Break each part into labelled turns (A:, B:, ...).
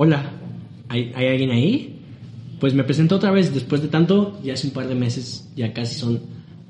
A: Hola, ¿hay, ¿hay alguien ahí? Pues me presento otra vez después de tanto, ya hace un par de meses, ya casi son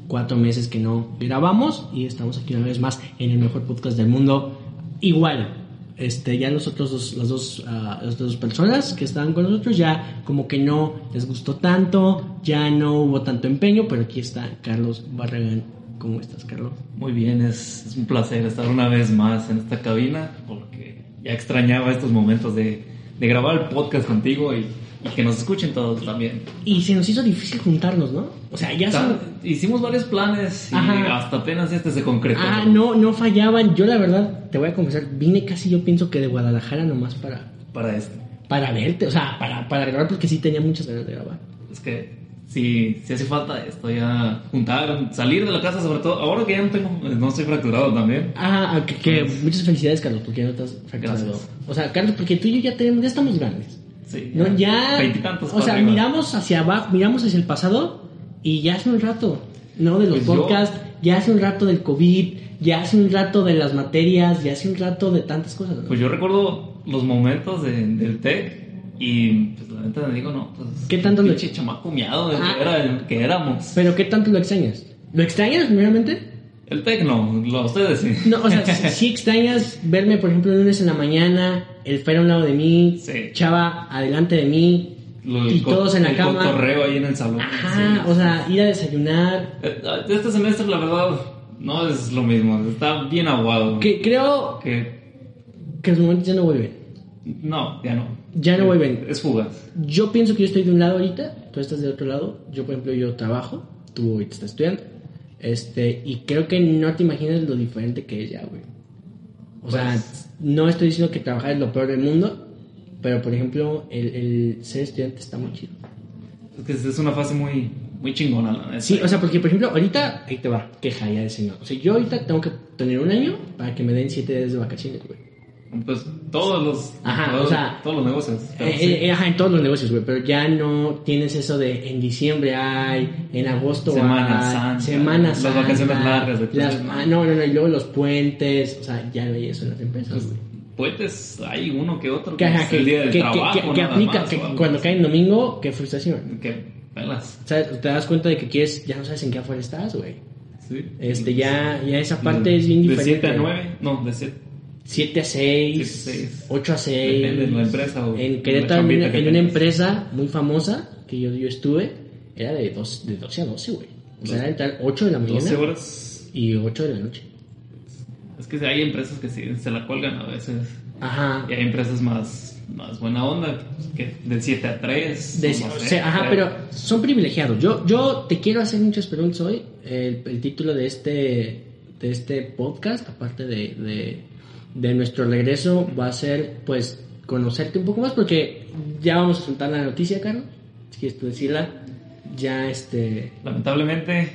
A: cuatro meses que no grabamos y estamos aquí una vez más en el mejor podcast del mundo. Igual, este, ya nosotros dos, las, dos, uh, las dos personas que estaban con nosotros ya como que no les gustó tanto, ya no hubo tanto empeño, pero aquí está Carlos Barragán. ¿Cómo estás, Carlos?
B: Muy bien, es, es un placer estar una vez más en esta cabina porque ya extrañaba estos momentos de, de grabar el podcast contigo y, y que nos escuchen todos también.
A: Y se nos hizo difícil juntarnos, ¿no? O sea, ya
B: Ta-
A: son...
B: Hicimos varios planes y
A: Ajá.
B: hasta apenas este se concretó.
A: Ah, no, no fallaban. Yo la verdad, te voy a confesar, vine casi yo pienso que de Guadalajara nomás para,
B: Para esto.
A: para verte, o sea, para, para grabar porque sí tenía muchas ganas de grabar.
B: Es que sí, sí hace falta esto ya juntar, salir de la casa sobre todo. Ahora que ya no tengo, no estoy fracturado también.
A: Ah, ah, que, que muchas felicidades, Carlos, porque ya no estás fracturado.
B: Gracias.
A: O sea, Carlos, porque tú y yo ya tenemos, ya estamos grandes.
B: Sí.
A: No, ya.
B: Veintitantos.
A: O sea,
B: para arriba.
A: miramos hacia abajo, miramos hacia el pasado y ya hace un rato, ¿no? De los
B: Pues yo-
A: podcasts, ya hace un rato del COVID, ya hace un rato de las materias, ya hace un rato de tantas cosas, ¿no?
B: Pues yo recuerdo los momentos de- del TEC y pues la neta me digo, no, pues...
A: ¿Qué tanto le-
B: Pinche chamaco miado de
A: Ah.
B: que, era el que éramos.
A: Pero ¿qué tanto lo extrañas? ¿Lo extrañas primeramente?
B: El TEC no, lo, ustedes sí.
A: No, o sea, sí, sí extrañas verme, por ejemplo, el lunes en la mañana, el Fer a un lado de mí,
B: Sí.
A: Chava adelante de mí,
B: Lo- el
A: y
B: co-
A: todos en la
B: el
A: cama.
B: cotorreo ahí en el salón.
A: Ajá,
B: sí.
A: o sea, ir a desayunar,
B: Eh, Este semestre, la verdad, no es lo mismo. Está bien aguado.
A: Que creo
B: Que
A: que los momentos ya no vuelven.
B: no, ya no.
A: Ya no vuelven.
B: Es fugaz.
A: Yo pienso que yo estoy de un lado ahorita, tú estás de otro lado. Yo, por ejemplo, yo trabajo, tú ahorita estás estudiando. Este, y creo que no te imaginas lo diferente que es ya, güey. O sea,
B: Pues-
A: no estoy diciendo que trabajar es lo peor del mundo, pero por ejemplo, el, el ser estudiante está muy chido.
B: Es que es una fase muy, muy chingona, la neta.
A: Sí, o sea, porque por ejemplo, ahorita, ahí te va, queja ya de señor. O sea, yo ahorita tengo que tener un año para que me den siete días de vacaciones, güey.
B: Pues todos los.
A: Ajá,
B: todos,
A: o sea-
B: todos los negocios. pero
A: Eh,
B: Ah, sí.
A: eh, ajá, en todos los negocios, güey, pero ya no tienes eso de en diciembre hay, en agosto
B: Semana
A: hay,
B: Santa,
A: Semana
B: las
A: Santa,
B: vacaciones largas de tres
A: las-
B: semanas.
A: ah, no, no, no, y luego los puentes, o sea, ya no hay eso en las empresas,
B: Pues,
A: güey.
B: puentes, hay uno que otro.
A: Que,
B: pues,
A: ajá, que,
B: el día del
A: que- que-
B: trabajo.
A: que- que
B: nada
A: aplica,
B: más,
A: que
B: o algo
A: cuando
B: así.
A: cae el domingo, qué frustración.
B: Que pelas.
A: O sea, te das cuenta de que quieres, ya no sabes en qué afuera estás, güey.
B: Sí. Mm,
A: Este, ya, ya esa parte es bien diferente.
B: De 7 a 9, no, de 7.
A: 7 a
B: Siete a
A: 6,
B: seis.
A: 8 a 6.
B: Depende de la empresa o
A: En
B: la
A: Querétaro en
B: chambita
A: una,
B: que
A: en una
B: tengas.
A: empresa muy famosa que yo, yo estuve, era de, dos, de 12 a 12, güey. O sea, era entrar 8 de la
B: 12
A: mañana
B: horas.
A: y 8 de la noche.
B: Es que hay empresas que sí, se la cuelgan a veces.
A: Ajá.
B: Y hay empresas más, más buena onda, pues, que del 7 a 3.
A: De- o sea, ajá, pero son privilegiados. Yo, yo te quiero hacer muchas preguntas hoy. El, el título de este, de este podcast, aparte de, de, de nuestro regreso, va a ser pues conocerte un poco más porque ya vamos a soltar la noticia, Carlos. Si quieres tú decirla, ya este...
B: Lamentablemente,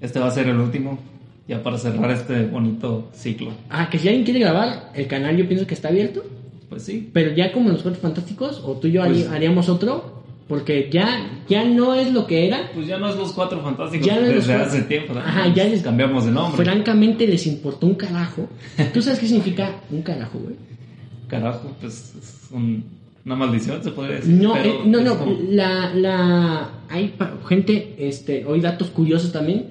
B: este va a ser el último, ya para cerrar este bonito ciclo.
A: Ah, que si alguien quiere grabar, el canal yo pienso que está abierto.
B: Pues sí,
A: Pero ya como los Cuatro Fantásticos, o tú y yo harí-
B: Pues-
A: haríamos otro, porque ya, ya no es lo que era.
B: pues ya no es los cuatro fantásticos
A: Ya no es
B: desde
A: Los Cuatro-
B: hace tiempo. ¿no?
A: Ajá, ya les-
B: cambiamos de nombre.
A: Francamente les importó un carajo. ¿Tú sabes qué significa un carajo, güey?
B: Carajo, pues es un- una maldición, se podría decir.
A: No,
B: pero
A: eh, no,
B: es
A: no.
B: como-
A: La, la, hay pa- gente, este, hoy datos curiosos también.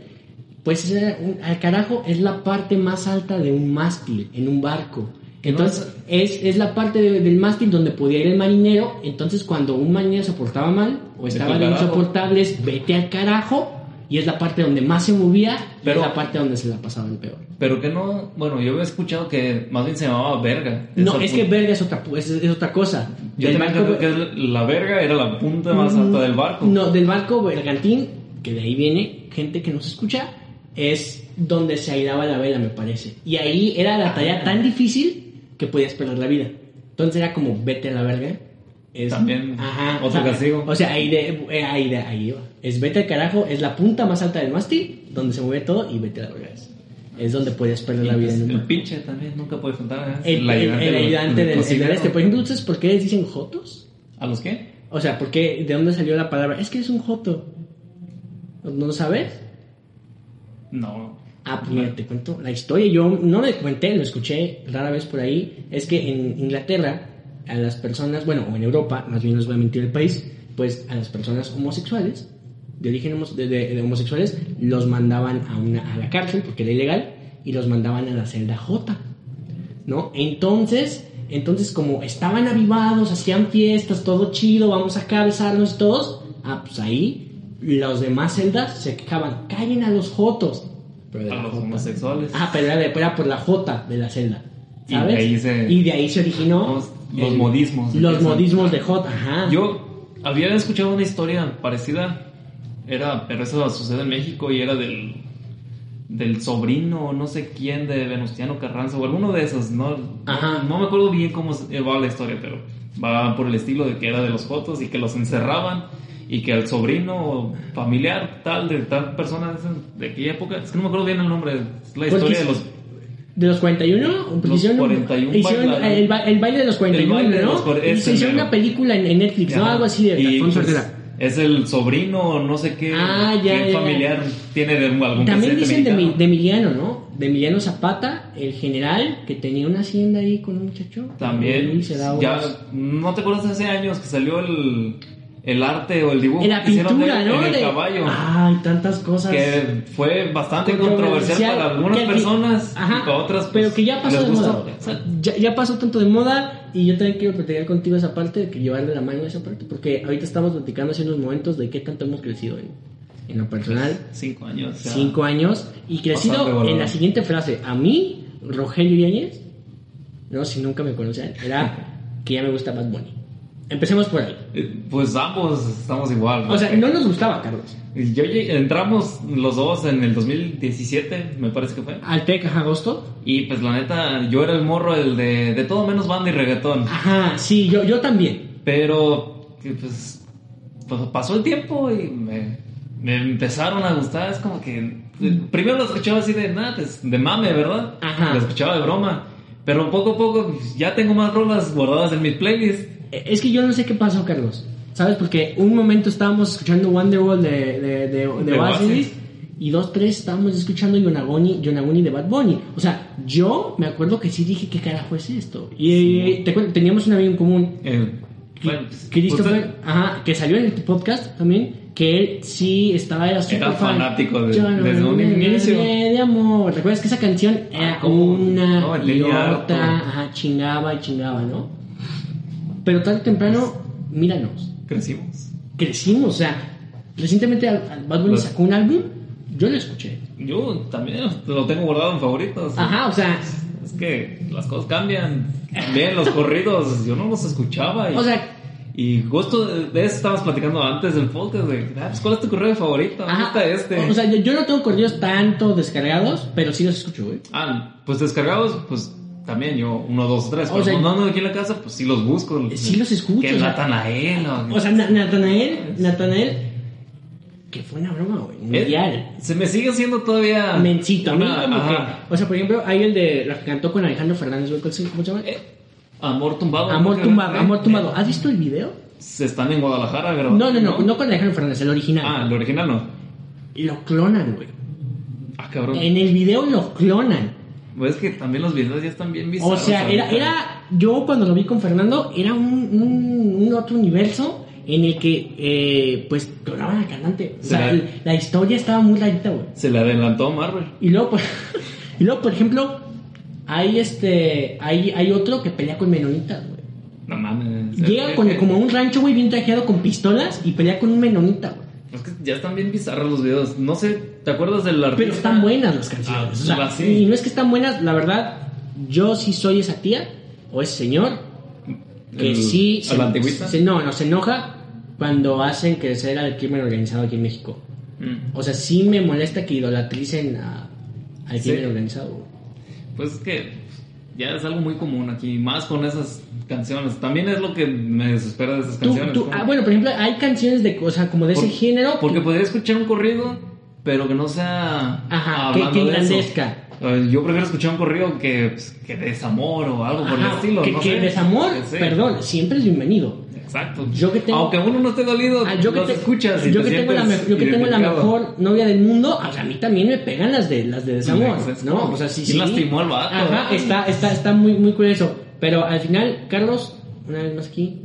A: Pues era un- al carajo es la parte más alta de un mástil en un barco.
B: Que no
A: Entonces es, es la parte de- del mástil donde podía ir el marinero. Entonces cuando un marinero se portaba mal o
B: Vete
A: estaba
B: al
A: de
B: carajo.
A: insoportables, vete al carajo. Y es la parte donde más se movía y
B: Pero-
A: es la parte donde se la pasaba el peor.
B: Pero que no, bueno, yo había escuchado que más bien se llamaba verga.
A: No,
B: Esa
A: es que
B: pu-
A: verga es otra, pu- es, es otra cosa.
B: Yo
A: Del
B: tenía
A: barco- Mm,
B: entendido que la verga era la punta más alta del barco.
A: No, del barco bergantín, que de ahí viene gente que nos escucha, es donde
B: Ah.
A: se airaba la vela, me parece. Y ahí era la tarea tan difícil que podías perder la vida. Entonces era como vete a la verga. Es-
B: También, otro
A: o sea,
B: castigo.
A: O sea, ahí, de, eh, ahí, de, ahí iba. Es vete al carajo, es la punta más alta del mástil, donde se mueve todo y vete a la verga. Es, es donde puedes perder la vida. en un-
B: pues, el pinche también nunca puede faltar. ¿eh?
A: el, el- el
B: del-
A: ayudante del, del
B: cocinero.
A: este. Por ejemplo, ¿ustedes por qué les dicen jotos?
B: ¿A los qué?
A: O sea, ¿por qué, ¿de dónde salió la palabra? Es que es un joto. ¿No lo sabes?
B: No.
A: Ah, pues mira, te cuento la historia. Yo no me cuenté, lo escuché rara vez por ahí. Es que en Inglaterra, a las personas, bueno, o en Europa, más bien nos va a mentir el país, pues a las personas homosexuales, de origen homo- de, de- de homosexuales, los mandaban a, una, a la cárcel porque era ilegal y los mandaban a la celda J. ¿No? Entonces, entonces como estaban avivados, hacían fiestas, todo chido, vamos acá a besarnos todos, ah, pues ahí los demás celdas se quejaban, callen a los Jotos. Pero de
B: A
A: la
B: los
A: jota.
B: homosexuales.
A: Ah, pero era, de- era por la J de la celda.
B: Y de
A: ¿Sabes?
B: ahí se-
A: Y de ahí se originó
B: Los- los modismos
A: Los
B: empiezan.
A: modismos de J, ajá.
B: Yo había escuchado una historia parecida, era, pero eso sucede en México y era del, del sobrino o no sé quién de Venustiano Carranza o alguno de esos, no,
A: Ajá.
B: no me acuerdo bien cómo se- eh, va la historia, pero va por el estilo de que era de los Jotos y que los encerraban y que al sobrino o familiar tal de tal persona de esa- de aquella época, es que no me acuerdo bien el nombre, es la
A: Porque
B: historia de
A: es-
B: los
A: De los 41, porque
B: Los
A: hicieron,
B: 41
A: hicieron
B: bailarines.
A: el, ba- el baile de los 41,
B: baile de
A: ¿no?
B: los cuare-
A: Y
B: ese
A: se hicieron
B: mero.
A: una película en, en Netflix, ¿no?
B: Ajá.
A: Algo así de
B: Y,
A: Alfonso
B: pues,
A: Herrera.
B: Es el sobrino, o no sé qué,
A: Ah, ya,
B: qué
A: ya, ya.
B: familiar tiene de algún
A: También
B: presidente
A: dicen de, Mi-
B: mexicano.
A: de Emiliano, ¿no? De Emiliano Zapata, el general que tenía una hacienda ahí con un muchacho.
B: También.
A: Y se daba
B: Ya,
A: unos-
B: ¿No te acuerdas de hace años que salió el, el arte o el dibujo?
A: En la
B: que hicieron de él
A: pintura, ¿no?
B: En el
A: De- Ah,
B: caballo.
A: Ay, tantas cosas.
B: Que fue bastante controversial
A: controversial,
B: para algunas
A: que aquí-
B: personas
A: Ajá,
B: y para otras
A: pero que ya
B: pues,
A: pasó de
B: les gusta.
A: moda o sea, ya, ya pasó tanto de moda y yo también quiero platicar contigo esa parte que llevarle la mano a esa parte porque ahorita estamos platicando hace unos momentos de qué tanto hemos crecido en, en lo personal
B: Cinco años. o sea,
A: cinco años y
B: Bastante
A: crecido
B: valor.
A: en la siguiente frase a mí Rogelio Yáñez no si nunca me conocían era que ya me gusta Bad Bunny empecemos por ahí
B: eh, Pues ambos estamos igual.
A: o sea
B: porque-
A: no nos gustaba Carlos
B: Yo llegué- entramos los dos en el 2017, me parece que fue.
A: al TEC ajá, agosto
B: Y pues la neta, yo era el morro, el de, de todo menos banda y reggaetón.
A: ajá sí yo yo también
B: Pero que, pues, pues, pasó el tiempo y me, me empezaron a gustar. Es como que eh, primero lo escuchaba así de nada, pues, de mame, ¿verdad?
A: Ajá.
B: Lo escuchaba de broma. Pero poco a poco pues, ya tengo más rolas guardadas en mis playlists.
A: E, Es que yo no sé qué pasó, Carlos. ¿Sabes? Porque un momento estábamos escuchando Wonderwall de, de, de, de
B: De
A: Oasis
B: Oasis.
A: y dos, tres estábamos escuchando Yonaguni, Yonaguni de Bad Bunny. O sea, yo me acuerdo que sí dije, ¿qué carajo es esto? Y eh, te cuento, teníamos un amigo en común,
B: Eh, bueno, pues,
A: Christopher,
B: usted
A: ajá, que salió en el podcast también, que él sí estaba era súper fan.
B: fanático de-
A: Yo no
B: desde un
A: me
B: inicio.
A: enamoré de amor. ¿Recuerdas que esa canción era
B: Ah, ¿cómo?
A: una
B: No,
A: y
B: tenía harto.
A: otra? Ajá, chingaba y chingaba, ¿no? Pero tarde o temprano, míranos.
B: Crecimos.
A: Crecimos, o sea, recientemente al- al Bad Bunny
B: Los-
A: sacó un álbum, yo lo escuché.
B: Yo también lo tengo guardado en favoritos.
A: Ajá, o sea,
B: Es que las cosas cambian. También los corridos, yo no los escuchaba. Y,
A: o sea,
B: y justo de de eso estabas platicando antes del podcast. De, "Ah, pues, ¿Cuál es tu corrido favorito? ¿Dónde
A: ajá,
B: está este?
A: o sea, yo, yo no tengo corridos tanto descargados, pero sí los escucho, güey.
B: ah, pues descargados, pues también yo, uno, dos, tres.
A: O
B: Pero
A: sea,
B: cuando ando aquí en la casa, pues sí los busco.
A: Sí los escucho,
B: Que
A: o sea.
B: Natanael. o-
A: O sea, Na- Natanael, Natanael, que fue una broma, güey, mundial.
B: Eh, Se me sigue haciendo todavía.
A: Mencito, a mí
B: una-
A: como que-
B: ajá.
A: o sea, por ejemplo, hay el de, la que cantó con Alejandro Fernández, güey, ¿cómo se cómo se llama?
B: Eh, Amor tumbado.
A: Amor
B: ¿no?
A: tumbado,
B: Eh,
A: amor tumbado. ¿Has visto el video?
B: Se están en Guadalajara, ¿verdad?
A: No, no, no, no con Alejandro Fernández, el original.
B: Ah, el original no.
A: Lo clonan, güey.
B: Ah, cabrón.
A: En el video lo clonan.
B: Pues es que también los videos ya están bien
A: O
B: bizarros.
A: sea, era,
B: ahorita.
A: era, yo cuando lo vi con Fernando, era un, un- un otro universo en el que, eh, pues, clonaban al cantante. O
B: Se
A: sea,
B: ve.
A: el- la historia estaba muy rarita, güey.
B: Se le adelantó Marvel.
A: Y luego, por, y luego, por ejemplo, hay este, hay, hay otro que pelea con menonitas, güey.
B: No mames.
A: Llega
B: Eh,
A: con
B: eh,
A: como a un rancho, güey, bien trajeado con pistolas y pelea con un menonita, güey.
B: Es que ya están bien bizarros los videos. No sé, ¿te acuerdas del artista?
A: Pero están buenas las canciones.
B: Ah,
A: o sea,
B: va, sí.
A: Y no es que están buenas, la verdad, yo sí soy esa tía o ese señor que
B: El-
A: sí...
B: ¿A la antigüita?
A: se- no, no, se enoja cuando hacen crecer al crimen organizado aquí en México.
B: Mm.
A: O sea, sí me molesta que idolatricen a- al
B: Sí.
A: crimen organizado. güey.
B: Pues es que ya es algo muy común aquí, más con esas canciones. También es lo que me desespera de esas
A: Tú-
B: canciones.
A: tú-
B: como-
A: ah, bueno, por ejemplo, hay canciones de, o sea, como de ese
B: Por-
A: género.
B: Porque
A: que-
B: podría escuchar un corrido, pero que no sea.
A: Ajá, que- que
B: hablando de eso.
A: engrandezca.
B: Eh, Yo prefiero escuchar un corrido que, pues, que desamor o algo por el
A: Ajá,
B: estilo.
A: que,
B: no
A: que
B: sé.
A: el desamor,
B: Sí,
A: perdón, siempre es bienvenido.
B: Exacto.
A: Yo que tengo-
B: Aunque uno no esté dolido,
A: Ah, yo que,
B: los
A: te-
B: escuchas y
A: yo
B: te
A: que tengo la, me-
B: sientes
A: yo que tengo la
B: identificado.
A: mejor novia del mundo, o sea, a mí también me pegan las de las de desamor,
B: Sí, pues, es
A: ¿no?
B: como,
A: O sea, sí,
B: ¿quién
A: sí.
B: lastimó al vato?
A: Ajá, está, está, está muy, muy curioso. Pero al final, Carlos, una vez más aquí,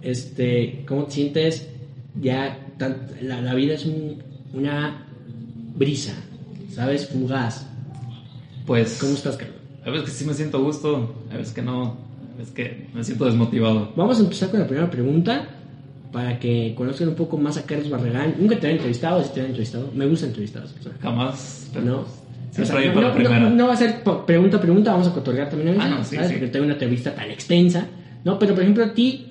A: este, ¿cómo te sientes? Ya, tan- la, la vida es un- una brisa, ¿sabes? Fugaz.
B: Pues.
A: ¿Cómo estás, Carlos?
B: A veces que sí me siento a gusto, a veces que no. A veces que me siento desmotivado.
A: Vamos a empezar con la primera pregunta para que conozcan un poco más a Carlos Barragán. Nunca te han entrevistado, si te han entrevistado. Me gusta entrevistar a esa persona.
B: Jamás. pero pues,
A: No.
B: Siempre
A: O sea,
B: hay
A: no,
B: para
A: no-
B: la primera.
A: no- no va a ser po- pregunta a pregunta, vamos a cotorrear también a veces,
B: Ah, no, sí,
A: ¿sabes?
B: sí.
A: Porque tengo una entrevista tan extensa. No, pero por ejemplo a ti,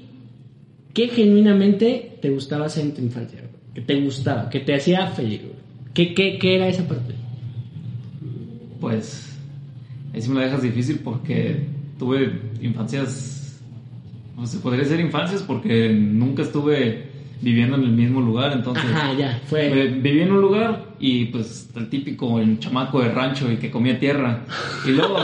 A: ¿qué genuinamente te gustaba hacer en tu infancia? güey? ¿Qué te gustaba? ¿Qué te hacía feliz? güey? ¿Qué, qué, qué era esa parte?
B: Pues ahí sí me la dejas difícil porque tuve infancias, o se podría ser infancias porque nunca estuve viviendo en el mismo lugar, entonces
A: Ajá, ya, fue...
B: eh, viví en un lugar y pues el típico el chamaco de rancho y que comía tierra y luego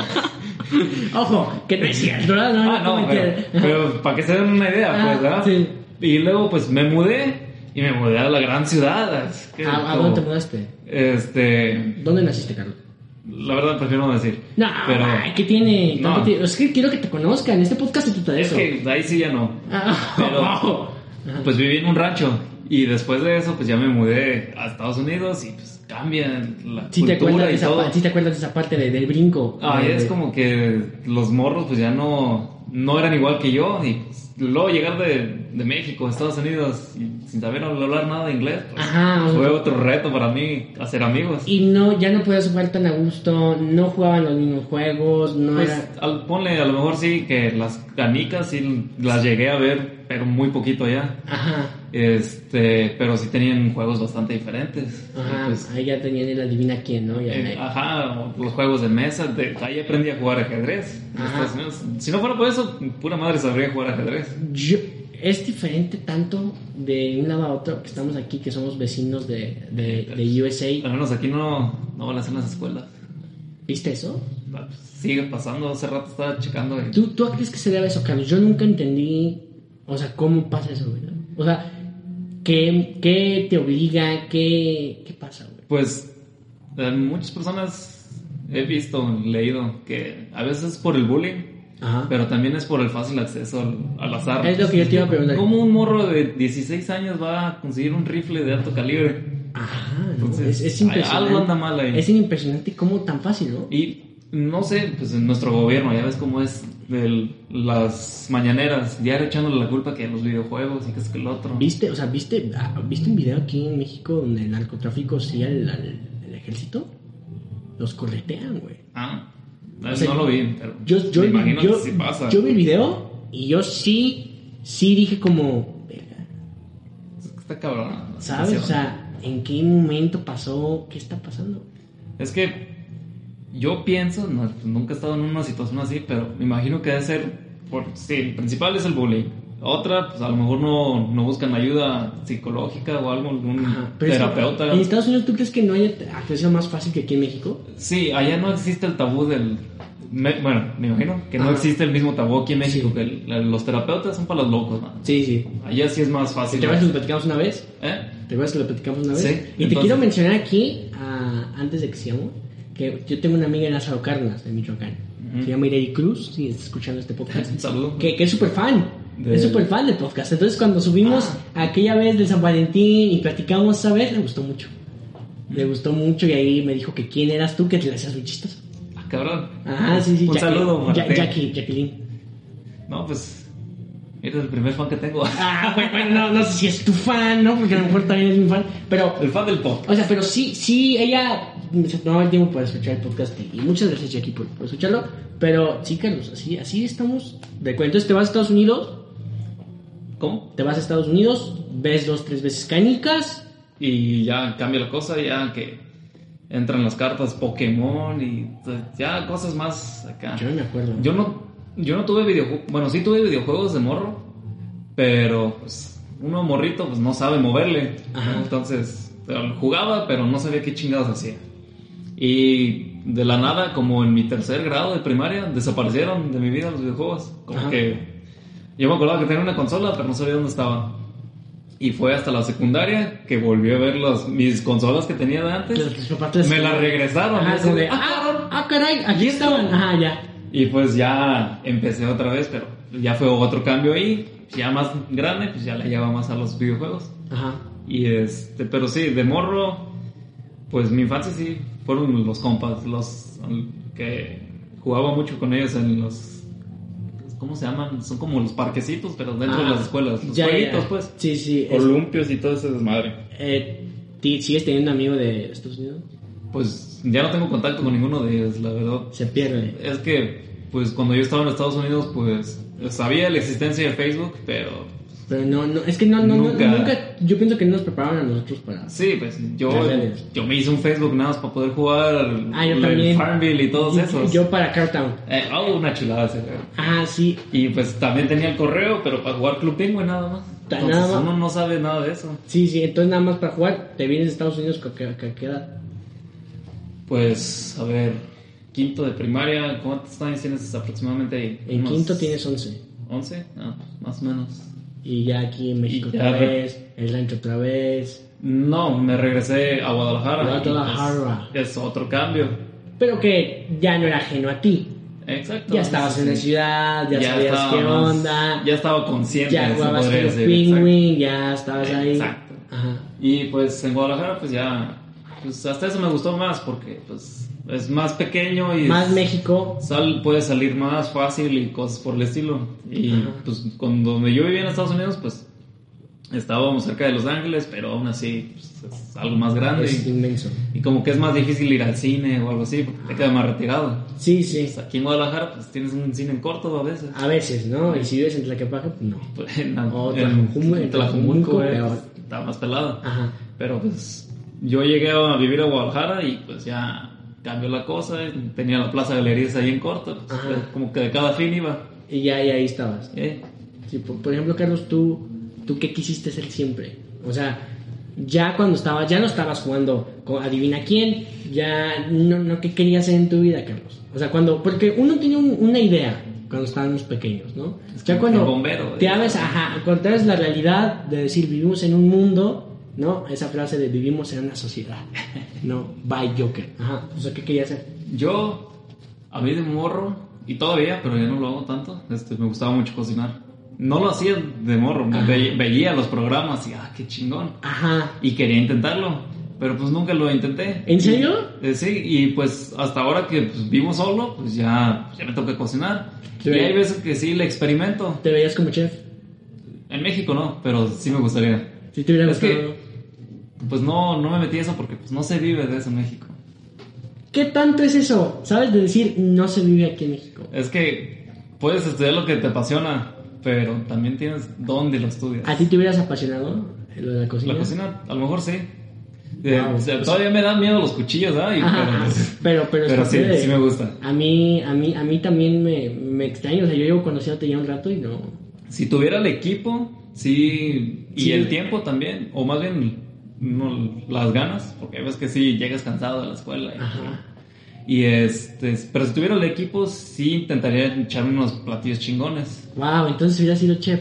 A: Ojo, que no es cierto, ¿verdad? No,
B: ah, no,
A: como
B: pero,
A: que-
B: pero para que se den una idea,
A: Ah,
B: pues, ¿verdad?
A: sí.
B: Y luego pues me mudé y me mudé a la gran ciudad. es que
A: Ah, ¿A, a
B: como-
A: dónde te mudaste?
B: Este,
A: ¿Dónde naciste, Carlos?
B: la verdad prefiero no decir.
A: No, ay, ¿qué tiene?
B: No.
A: Tampoco tiene- Es que quiero que te conozcan, este podcast se trata de
B: Es
A: eso.
B: que ahí sí ya no.
A: Ah,
B: Pero-
A: ojo.
B: Pues viví en un rancho y después de eso pues ya me mudé a Estados Unidos y pues cambia la
A: Si te, acuerdas
B: cultura
A: de
B: y
A: esa,
B: todo.
A: pa- sí te acuerdas de esa parte de- del brinco.
B: Ah,
A: De-
B: es
A: de-
B: como que los morros pues ya no, no eran igual que yo y pues, luego llegar de, de México a Estados Unidos y sin saber hablar nada de inglés pues,
A: Ajá, o sea,
B: fue otro reto para mí hacer amigos.
A: Y no, ya no podías jugar tan a gusto, no jugaban los mismos juegos, no
B: Pues,
A: era...
B: al- ponle, a lo mejor sí que las canicas sí las llegué a ver, pero muy poquito allá.
A: Ajá,
B: Este, pero sí tenían juegos bastante diferentes.
A: ajá,
B: Y, pues,
A: ahí ya tenían el adivina quién, ¿no? Ya,
B: Eh,
A: eh.
B: ajá, o los juegos de mesa. de- ahí aprendí a jugar ajedrez. en
A: Ajá.
B: Estados Unidos. Si no fuera por eso, pura madre sabría jugar ajedrez.
A: Yo- es diferente tanto de un lado a otro que estamos aquí, que somos vecinos de, de,
B: pues.
A: de USA.
B: Al menos aquí no, no van a hacer las escuelas.
A: ¿Viste eso?
B: Ah, pues, Sigue pasando, hace rato estaba checando. y-
A: ¿Tú, ¿Tú crees que se debe a eso, Carlos? Yo nunca entendí, o sea, cómo pasa eso, güey. O sea, ¿qué, qué te obliga? ¿Qué, qué pasa, güey?
B: Pues eh, muchas personas he visto, leído, que a veces es por el bullying,
A: Ajá.
B: pero también es por el fácil acceso al, al azar.
A: Es lo que yo te iba a preguntar.
B: ¿Cómo un morro de 16 años va a conseguir un rifle de alto calibre?
A: Ajá, no, es,
B: Entonces,
A: es
B: hay-
A: impresionante.
B: algo anda mal ahí.
A: Es impresionante cómo tan fácil, ¿no?
B: Y no sé, pues en nuestro gobierno, ya ves cómo es del- las mañaneras, diario echándole la culpa que a los videojuegos y que es que el otro.
A: ¿Viste, o sea, viste, ah, viste un video aquí en México donde el narcotráfico sigue al, al- al ejército? Los corretean, güey.
B: Ah,
A: O sea,
B: no lo vi, pero
A: Yo, yo,
B: me imagino
A: yo,
B: que sí pasa.
A: yo vi el video y yo sí, sí dije como, "Verga,
B: Está cabrón. la
A: ¿sabes? O
B: situación.
A: sea, ¿en qué momento pasó? ¿Qué está pasando?
B: Es que yo pienso, no, nunca he estado en una situación así, pero me imagino que debe ser, por, sí, el principal es el bullying. Otra, pues a lo mejor no, no buscan ayuda psicológica o algo, algún
A: Ajá, pero es que
B: terapeuta.
A: en Estados Unidos, ¿tú crees que no haya acceso más fácil que aquí en México?
B: Sí, allá no existe el tabú del... me- bueno, me imagino que no
A: Ajá.
B: existe el mismo tabú aquí en México,
A: Sí.
B: que el- la- los terapeutas son para los locos, man.
A: Sí, sí.
B: Allá sí es más fácil.
A: ¿Te acuerdas que lo platicamos una vez?
B: ¿Eh?
A: ¿Te acuerdas que lo platicamos una vez?
B: Sí,
A: Y te
B: entonces-
A: quiero mencionar aquí, ah, antes de que sigamos, que yo tengo una amiga en Lázaro Cárdenas, de Michoacán.
B: Ujú.
A: Se llama Irene Cruz, si está escuchando este podcast.
B: Un saludo.
A: que, que es súper fan.
B: De- Ah.
A: Es súper fan del podcast. Entonces, cuando subimos aquella vez del San Valentín y platicamos esa vez, le gustó mucho. Le
B: Mm.
A: gustó mucho y ahí me dijo que quién eras tú que te le hacías luchistas.
B: Ah, cabrón.
A: Ah, sí, sí.
B: Un
A: Jackie-
B: saludo,
A: Ja-
B: Martín.
A: Jackie, Jacqueline.
B: No, pues... Eres el primer fan que tengo.
A: Ah, bueno, bueno, no, no sé si es tu fan, ¿no? Porque a lo mejor también es mi fan. Pero
B: El fan del pop.
A: O sea, pero sí, sí, ella se tomaba el tiempo para escuchar el podcast y y muchas gracias, Jackie, por, por escucharlo. Pero sí, Carlos, así, así estamos. De cu- Entonces te vas a Estados Unidos,
B: ¿Cómo?
A: te vas a Estados Unidos, ves dos, tres veces canicas.
B: Y ya cambia la cosa, ya que entran las cartas Pokémon y pues, ya cosas más acá.
A: Yo no me acuerdo.
B: Ah. Yo no, yo no tuve videojuegos, bueno, sí tuve videojuegos de morro, pero pues uno morrito pues no sabe moverle. ¿no?
A: Ajá.
B: Entonces eh, jugaba, pero no sabía qué chingados hacía. Y de la nada, como en mi tercer grado de primaria, desaparecieron de mi vida los videojuegos. Como
A: Ajá.
B: que yo me acordaba que tenía una consola, pero no sabía dónde estaba. Y fue hasta la secundaria que volví a ver las, mis consolas que tenía de antes.
A: Las- las patas-
B: Me la regresaron.
A: Ajá,
B: ¿no?
A: como de,
B: Así de,
A: ah, ah, caray, aquí estaban. Ajá, ya.
B: Y pues ya empecé otra vez, pero ya fue otro cambio ahí. Ya más grande, pues ya le lleva más a los videojuegos.
A: Ajá.
B: Y este, pero sí, de morro, pues mi infancia sí fueron los compas, los que jugaba mucho con ellos en los. ¿Cómo se llaman? Son como los parquecitos, pero dentro de
A: Ah,
B: las escuelas. Los
A: ya,
B: jueguitos,
A: ya.
B: pues.
A: Sí, sí. es-
B: Columpios y todo ese desmadre.
A: eh, ¿ti- ¿Sigues teniendo amigo de Estados Unidos?
B: Pues ya no tengo contacto con ninguno de ellos, la verdad.
A: Se pierde.
B: Es que, pues cuando yo estaba en Estados Unidos, pues sabía la existencia de Facebook, pero
A: Pero no, no, es que no, no, no,
B: Nunca.
A: nunca. Yo pienso que no nos preparaban a nosotros para.
B: sí, pues yo,
A: Las redes.
B: yo me hice un Facebook nada más para poder jugar al-
A: Ah, yo
B: el
A: también.
B: Farmville y todos
A: Yo-
B: esos.
A: Yo para Cartown.
B: Eh, oh, una chulada ese juego.
A: Ah, sí.
B: Y pues también tenía el correo, pero para jugar Club Penguin nada más.
A: Ta-
B: Entonces
A: nada más.
B: uno no sabe nada de eso.
A: Sí, sí, entonces nada más para jugar, te vienes a Estados Unidos con qué con qué edad.
B: Pues, a ver, quinto de primaria, ¿cuántos años tienes aproximadamente ahí?
A: En
B: Unos
A: quinto tienes 11.
B: 11, Ah, más o menos.
A: Y ya aquí en México
B: Y
A: otra
B: ya-
A: vez, el rancho otra vez.
B: No, me regresé a Guadalajara. y, pues,
A: Guadalajara.
B: es otro cambio.
A: Pero que ya no era ajeno a ti.
B: Exacto.
A: Ya estabas en la ciudad, ya, sabías
B: estaba
A: qué
B: más-
A: onda.
B: Ya estaba consciente.
A: ya
B: se
A: jugabas con
B: podría
A: los
B: decir, exacto.
A: Penguin, ya estabas ahí.
B: Exacto.
A: Ajá.
B: Y pues en Guadalajara, pues ya. Pues hasta eso me gustó más porque pues es más pequeño y.
A: Más
B: es-
A: México.
B: Sal puede salir más fácil y cosas por el estilo. Y
A: Ajá.
B: pues cuando donde yo vivía en Estados Unidos, pues estábamos cerca de Los Ángeles, pero aún así pues, es algo más grande.
A: Es
B: y-
A: inmenso.
B: y como que es más difícil ir al cine o algo así, porque te queda más retirado.
A: Sí, sí.
B: Pues, aquí en Guadalajara, pues tienes un cine en corto a veces.
A: A veces, ¿no? Y si vives en Tlaquepaque, pues no.
B: Pues, en,
A: O Tlajumulco,
B: en
A: en
B: Tlajumulco,
A: Tlajumulco,
B: eh,
A: peor.
B: pues, está más pelado.
A: Ajá.
B: Pero pues yo llegué a vivir a Guadalajara y pues ya cambió la cosa. eh, Tenía la plaza de galerías ahí en corto. pues,
A: Ajá.
B: eh, como que de cada fin iba.
A: Y ya, y ahí estabas.
B: eh.
A: Sí, por, por ejemplo, Carlos, ¿tú, ¿tú qué quisiste ser siempre? O sea, ya cuando estabas, ya no estabas jugando con adivina quién, ya no, no qué querías hacer en tu vida, Carlos. O sea, cuando, porque uno tiene un- una idea cuando estábamos pequeños, ¿no?
B: Es
A: ya
B: como
A: cuando
B: el bombero,
A: te
B: eh.
A: abres, ajá, cuando te abres la realidad de decir vivimos en un mundo, ¿no? Esa frase de vivimos en una sociedad, ¿no? By Joker, ajá. O sea, ¿qué querías hacer?
B: Yo, a mí de morro, y todavía, pero ya no lo hago tanto, este, me gustaba mucho cocinar. No lo hacía de morro, me ve- veía los programas y, ah, qué chingón.
A: Ajá.
B: y quería intentarlo, pero pues nunca lo intenté.
A: ¿En serio?
B: Eh, sí, y pues hasta ahora que pues, vivo solo, pues ya, ya me toca cocinar.
A: Sí.
B: Y hay veces que sí le experimento.
A: ¿Te veías como chef?
B: En México no, pero sí me gustaría.
A: Si te hubiera
B: Es que-
A: gustado.
B: Pues no, no me metí a eso porque pues no se vive de eso en México.
A: ¿Qué tanto es eso? ¿Sabes? De decir, no se vive aquí en México.
B: Es que puedes estudiar lo que te apasiona, pero también tienes dónde lo estudias.
A: ¿A ti te hubieras apasionado lo de la cocina?
B: La cocina, a lo mejor sí. Eh,
A: Wow.
B: o sea, todavía me dan miedo los cuchillos, ¿ah? Y-
A: Ajá,
B: pero,
A: pero, pero, es
B: pero
A: parte
B: sí,
A: de-
B: sí me gusta.
A: A mí, a mí, a mí también me, me extraño. O sea, yo llevo conociéndote ya un rato y no.
B: Si tuviera el equipo, sí, y
A: Sí.
B: el tiempo también, o más bien no, las ganas, porque ves que sí llegas cansado de la escuela. y-
A: Ajá.
B: Y, este, pero si tuviera el equipo, sí intentaría echarme unos platillos chingones.
A: Wow, entonces hubiera sido chef.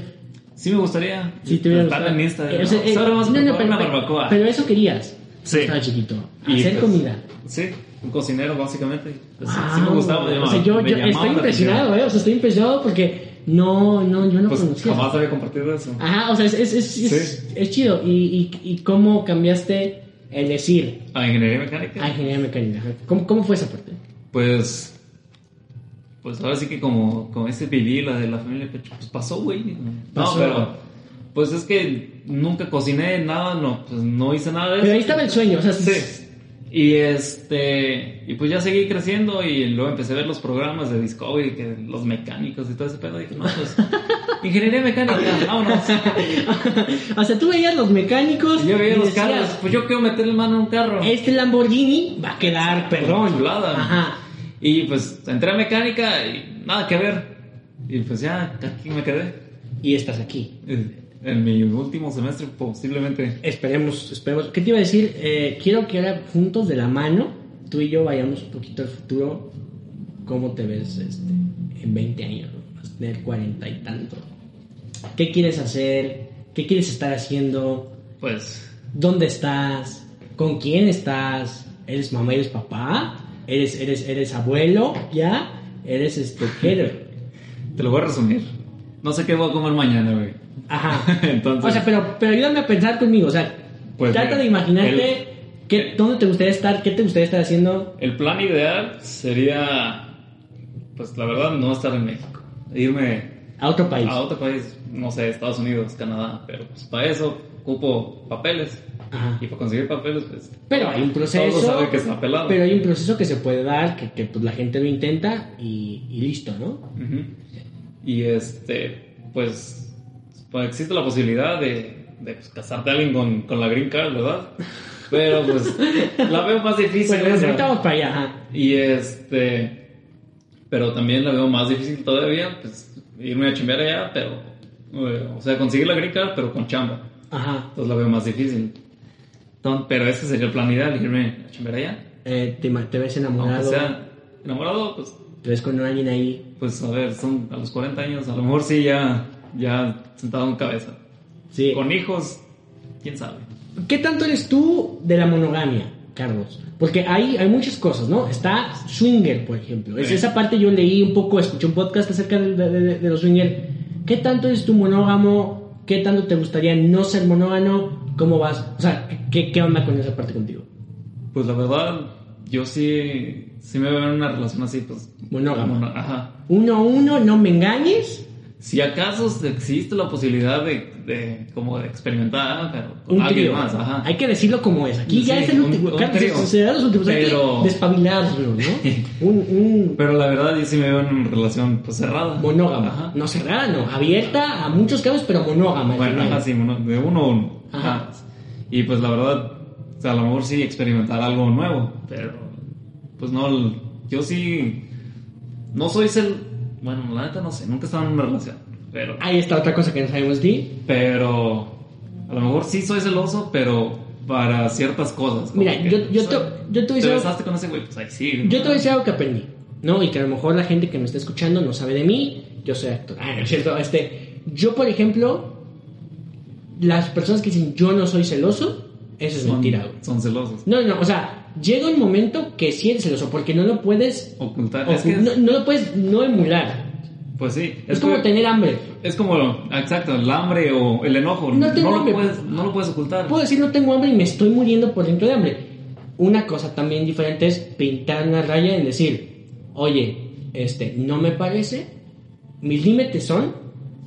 B: Sí me gustaría
A: Sí, te hubiera
B: estar
A: gustado.
B: en Instagram.
A: Eh, o sea, eh,
B: Ahora vamos a
A: no, no,
B: preparar una barbacoa.
A: pero eso querías.
B: Sí.
A: Estaba chiquito.
B: Y,
A: Hacer
B: pues,
A: comida.
B: Sí, un cocinero básicamente. Pues, sí- sí
A: Wow.
B: me gustaba.
A: Ah, O sea, yo,
B: me
A: yo
B: llamaba
A: estoy
B: la
A: impresionado,
B: atención.
A: ¿eh? O sea, estoy impresionado porque no, no, yo no
B: Pues
A: conocía. Ah.
B: jamás había compartido eso.
A: Ajá, o sea, es, es, es, es- es chido. ¿Y, y, ¿Y cómo cambiaste el decir
B: ¿A Ah, ingeniería mecánica?
A: a ingeniería mecánica? ¿Cómo, cómo fue esa parte?
B: Pues. Pues ahora sí que como, como ese viví, la de la familia Pecho, pues pasó, güey. No,
A: Pasó.
B: pero. Pues es que nunca cociné nada, no, pues no hice nada de
A: Pero ahí
B: eso.
A: estaba el sueño, o sea,
B: Sí. Y este. Y pues ya seguí creciendo y luego empecé a ver los programas de Discovery, que los mecánicos y todo ese pedo. Y dije, no, pues. ingeniería mecánica, vámonos.
A: o sea, tú veías los mecánicos.
B: Yo veía
A: y
B: los
A: decías,
B: carros, pues yo quiero meterle mano a un carro.
A: Este Lamborghini va a quedar,
B: Una
A: perdón.
B: chulada.
A: Ajá.
B: Y pues entré a mecánica y nada que ver. Y pues ya, aquí me quedé.
A: Y estás aquí.
B: En en mi último semestre posiblemente.
A: Esperemos, esperemos. ¿Qué te iba a decir? Eh, quiero que ahora juntos de la mano, tú y yo vayamos un poquito al futuro. ¿Cómo te ves este, en 20 años? ¿no? Vas a tener 40 y tanto. ¿Qué quieres hacer? ¿Qué quieres estar haciendo?
B: Pues
A: ¿Dónde estás? ¿Con quién estás? ¿Eres mamá? ¿Eres papá? ¿Eres, eres, eres abuelo? ¿Ya? ¿Eres este? ¿Qué eres?
B: te lo voy a resumir. No sé qué voy a comer mañana, güey.
A: Ajá.
B: Entonces-
A: O sea, pero, pero ayúdame a pensar conmigo. O sea,
B: Pues
A: trata
B: mira,
A: de imaginarte
B: el-
A: qué- dónde te gustaría estar, qué te gustaría estar haciendo.
B: El plan ideal sería, pues la verdad, no estar en México. Irme
A: A otro país.
B: a otro país, no sé, Estados Unidos, Canadá, pero pues para eso ocupo papeles.
A: Ajá.
B: Y para conseguir papeles, pues...
A: Pero hay un proceso.
B: Todos saben que está pelado.
A: Pero hay un proceso que se puede dar, que, que, pues, la gente lo intenta y, y listo, ¿no?
B: Ujú. Y este, pues, pues, existe la posibilidad de, de pues, casarte a alguien con, con la green card, ¿verdad? Pero pues la veo más difícil.
A: Bueno, pues,
B: esa.
A: ahorita vamos para allá. Ajá.
B: Y este, pero también la veo más difícil todavía, pues irme a chambear allá, pero, eh, o sea, conseguir la green card, pero con chamba.
A: Ajá.
B: Entonces la veo más difícil. Entonces, pero ese sería el plan ideal, irme a chambear allá.
A: Eh, te, ima- te ves
B: Aunque
A: enamorado,
B: sea enamorado, pues
A: te ves con alguien ahí.
B: Pues a ver, son a los 40 años, a lo mejor sí ya, ya sentado en cabeza.
A: Sí.
B: Con hijos, quién sabe.
A: ¿Qué tanto eres tú de la monogamia, Carlos? Porque hay, hay muchas cosas, ¿no? Está Swinger, por ejemplo. Es,
B: Sí.
A: esa parte yo leí un poco, escuché un podcast acerca de, de- de- de los Swinger. ¿Qué tanto eres tú monógamo? ¿Qué tanto te gustaría no ser monógamo? ¿Cómo vas? O sea, ¿qué, qué onda con esa parte contigo?
B: Pues la verdad, yo sí, sí me veo en una relación así, pues.
A: Monógamo.
B: mono- Ajá.
A: Uno a uno, no me engañes.
B: Si acaso existe la posibilidad de, de como de experimentar, pero con
A: Un
B: alguien
A: trío.
B: más, ajá.
A: Hay que decirlo como es. Aquí ya
B: Sí,
A: es el
B: un-
A: último.
B: un
A: Carlos,
B: trío.
A: se- se dan los últimos. Hay que
B: Pero-
A: despabilarlo, ¿no? un, un,
B: Pero la verdad, yo sí me veo en una relación pues cerrada.
A: monógama.
B: Ajá.
A: No cerrada, no. Abierta a muchos cambios, pero monógama. al
B: Bueno,
A: final.
B: ajá, sí, mono- de uno a uno.
A: Ajá.
B: Ajá. Y pues la verdad, o sea, a lo mejor sí experimentar algo nuevo, pero pues no, el- yo sí, no soy cel... Bueno, la neta no sé, nunca he estado en una relación, pero...
A: Ahí está otra cosa que no sabemos de.
B: Pero a lo mejor sí soy celoso, pero para ciertas cosas. como
A: Mira,
B: que,
A: yo- yo
B: o sea,
A: te- yo te voy a decir-
B: besaste con ese güey, pues ahí sí.
A: Yo te voy a
B: ¿no?
A: decir algo que aprendí, ¿no? Y que a lo mejor la gente que me está escuchando no sabe de mí. Yo soy actor. Ah, no es cierto. Este, yo, por ejemplo, las personas que dicen yo no soy celoso, eso es
B: Son-
A: mentira, güey.
B: Son celosos.
A: No, no, o sea, llega un momento que sí eres celoso, porque no lo puedes.
B: Ocultar. es
A: ocu-
B: que,
A: no, no lo puedes no emular.
B: pues sí.
A: Es, como
B: que-
A: tener hambre.
B: Es como, exacto, el hambre o el enojo.
A: No
B: No,
A: tengo
B: lo,
A: hambre.
B: puedes, no lo puedes ocultar.
A: Puedo decir no tengo hambre y me estoy muriendo por dentro de hambre. Una cosa también diferente es pintar una raya en decir, oye, este, no me parece, mis límites son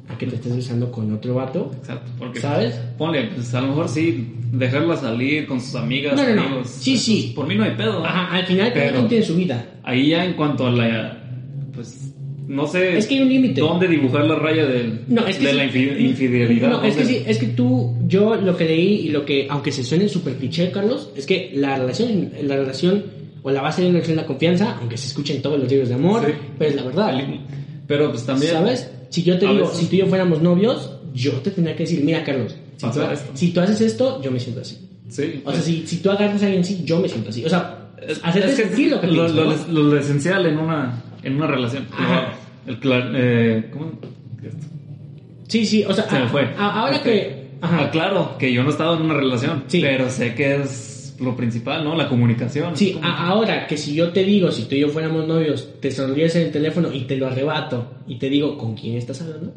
A: a que te estés besando con otro vato.
B: Exacto, porque.
A: ¿Sabes?
B: Ponle, pues a lo mejor sí, dejarla salir con sus amigas,
A: No, no, no.
B: amigos.
A: Sí, sí.
B: Por mí no hay pedo.
A: Ajá, al final cada
B: Pero-
A: quien tiene su vida.
B: Ahí ya en cuanto a la. Pues. No sé.
A: Es que hay un límite.
B: ¿Dónde dibujar la raya del,
A: No, es que
B: de
A: sí-
B: la infi- infidelidad?
A: No, es que
B: ¿Dónde?
A: sí, es que tú, yo lo que leí y lo que, aunque se suene súper cliché, Carlos, es que la relación, la relación o la base de una relación es la confianza, aunque se escuchen todos los libros de amor,
B: Sí.
A: pero es la verdad.
B: Pero pues también.
A: ¿Sabes? Si yo te
B: A
A: digo,
B: veces-
A: si tú y yo fuéramos novios, yo te tendría que decir, mira, Carlos, si,
B: Pasa
A: tú,
B: esto.
A: si tú haces esto, yo me siento así.
B: Sí.
A: O sea, si, si tú agarras a alguien así, yo me siento así. O sea, hacerte sentir lo que
B: lo,
A: piensas,
B: lo-
A: ¿no?
B: lo- lo esencial en una, en una relación.
A: Ajá.
B: El clar- eh, ¿Cómo?
A: Sí, sí, o sea,
B: Se me
A: a-
B: fue.
A: a- ahora
B: Este,
A: que... Ajá.
B: Aclaro que yo no he estado en una relación,
A: Sí.
B: pero sé que es lo principal, ¿no? La comunicación.
A: Sí, ah,
B: Como-
A: a- ahora que si yo te digo, si tú y yo fuéramos novios, te sonríes en el teléfono y te lo arrebato y te digo, ¿con quién estás hablando?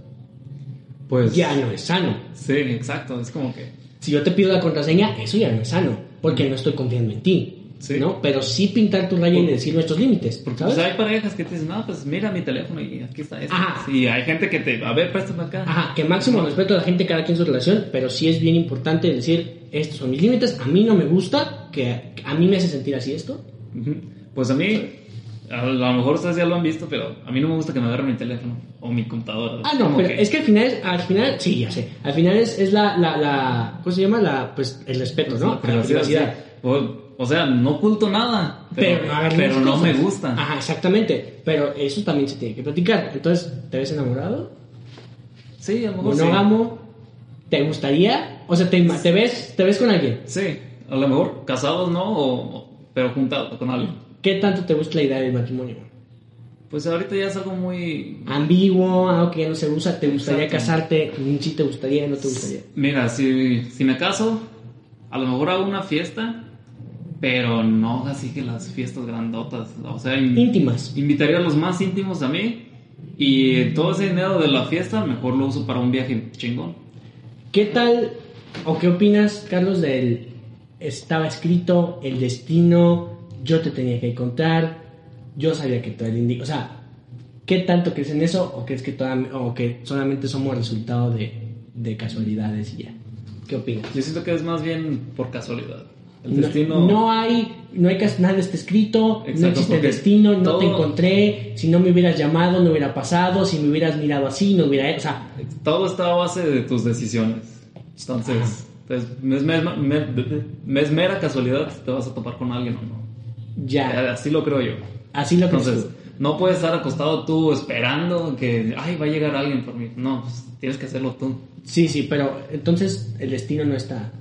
B: Pues
A: ah, Ya no es sano.
B: Sí, exacto, es como que
A: Si yo te pido la contraseña, eso ya no es sano, porque no estoy confiando en ti,
B: Mm. Sí.
A: ¿no? Pero sí pintar tu raya y decir nuestros límites,
B: porque
A: ¿sabes?
B: pues, hay parejas que te dicen, "No, pues mira mi teléfono y aquí está esto."
A: Ajá.
B: Y hay gente que te, "A ver, préstame acá."
A: Ajá, que máximo respeto a la gente, cada quien su relación, pero sí es bien importante decir, estos son mis límites, a mí no me gusta, que a mí me hace sentir así esto.
B: Ujú. Pues a mí A lo mejor ustedes ya lo han visto, pero a mí no me gusta que me agarren mi teléfono o mi computadora.
A: Ah, no,
B: Como
A: pero es que al final, es- al final, sí, ya sé. Al final es, es la, la, la, ¿cómo se llama? La, pues, el respeto, ¿no?
B: Sí,
A: A la
B: privacidad,
A: privacidad.
B: sí. O, o sea, no oculto nada,
A: Pero,
B: pero,
A: no hagan
B: pero
A: esas
B: no
A: cosas. Ah.
B: me gusta.
A: Ajá, exactamente. Pero eso también se tiene que platicar. Entonces, ¿te ves enamorado?
B: Sí, a lo mejor sí.
A: ¿Monógamo? ¿Te gustaría? O sea, ¿te, ima- te ves, ¿te ves con alguien?
B: Sí, a lo mejor casados no, o- o- pero juntados con alguien.
A: ¿Qué tanto te gusta la idea del matrimonio?
B: Pues ahorita ya es algo muy...
A: Ambiguo, algo que ya no se usa, ¿te gustaría
B: Exacto.
A: casarte? ¿Sí te gustaría? ¿No te gustaría?
B: Mira, si, si me caso, a lo mejor hago una fiesta, pero no así que las fiestas grandotas. O sea, in-
A: Íntimas.
B: invitaría a los más íntimos a mí y todo ese dinero de la fiesta mejor lo uso para un viaje chingón.
A: ¿Qué tal o qué opinas, Carlos, del estaba escrito, el destino, yo te tenía que encontrar, yo sabía que todo el indico? O sea, ¿qué tanto crees en eso o crees que, toda- o que solamente somos resultado de, de casualidades y ya? ¿Qué opinas?
B: Yo siento que es más bien por casualidad. El
A: No-
B: destino...
A: No, hay, no hay cas- nada está escrito, no
B: Exacto,
A: existe
B: porque
A: destino, no te
B: todo-
A: encontré, si no me hubieras llamado no hubiera pasado, si me hubieras mirado así no hubiera, o sea,
B: Todo está a base de tus decisiones. Entonces, pues, es, me- me- me- es mera casualidad si te vas a topar con alguien o no. Eh,
A: ya,
B: Así lo creo yo.
A: así lo crees
B: Entonces,
A: tú.
B: no puedes estar acostado tú esperando que, ay, va a llegar alguien por mí. No, pues, tienes que hacerlo tú.
A: Sí, sí, pero entonces el destino no está.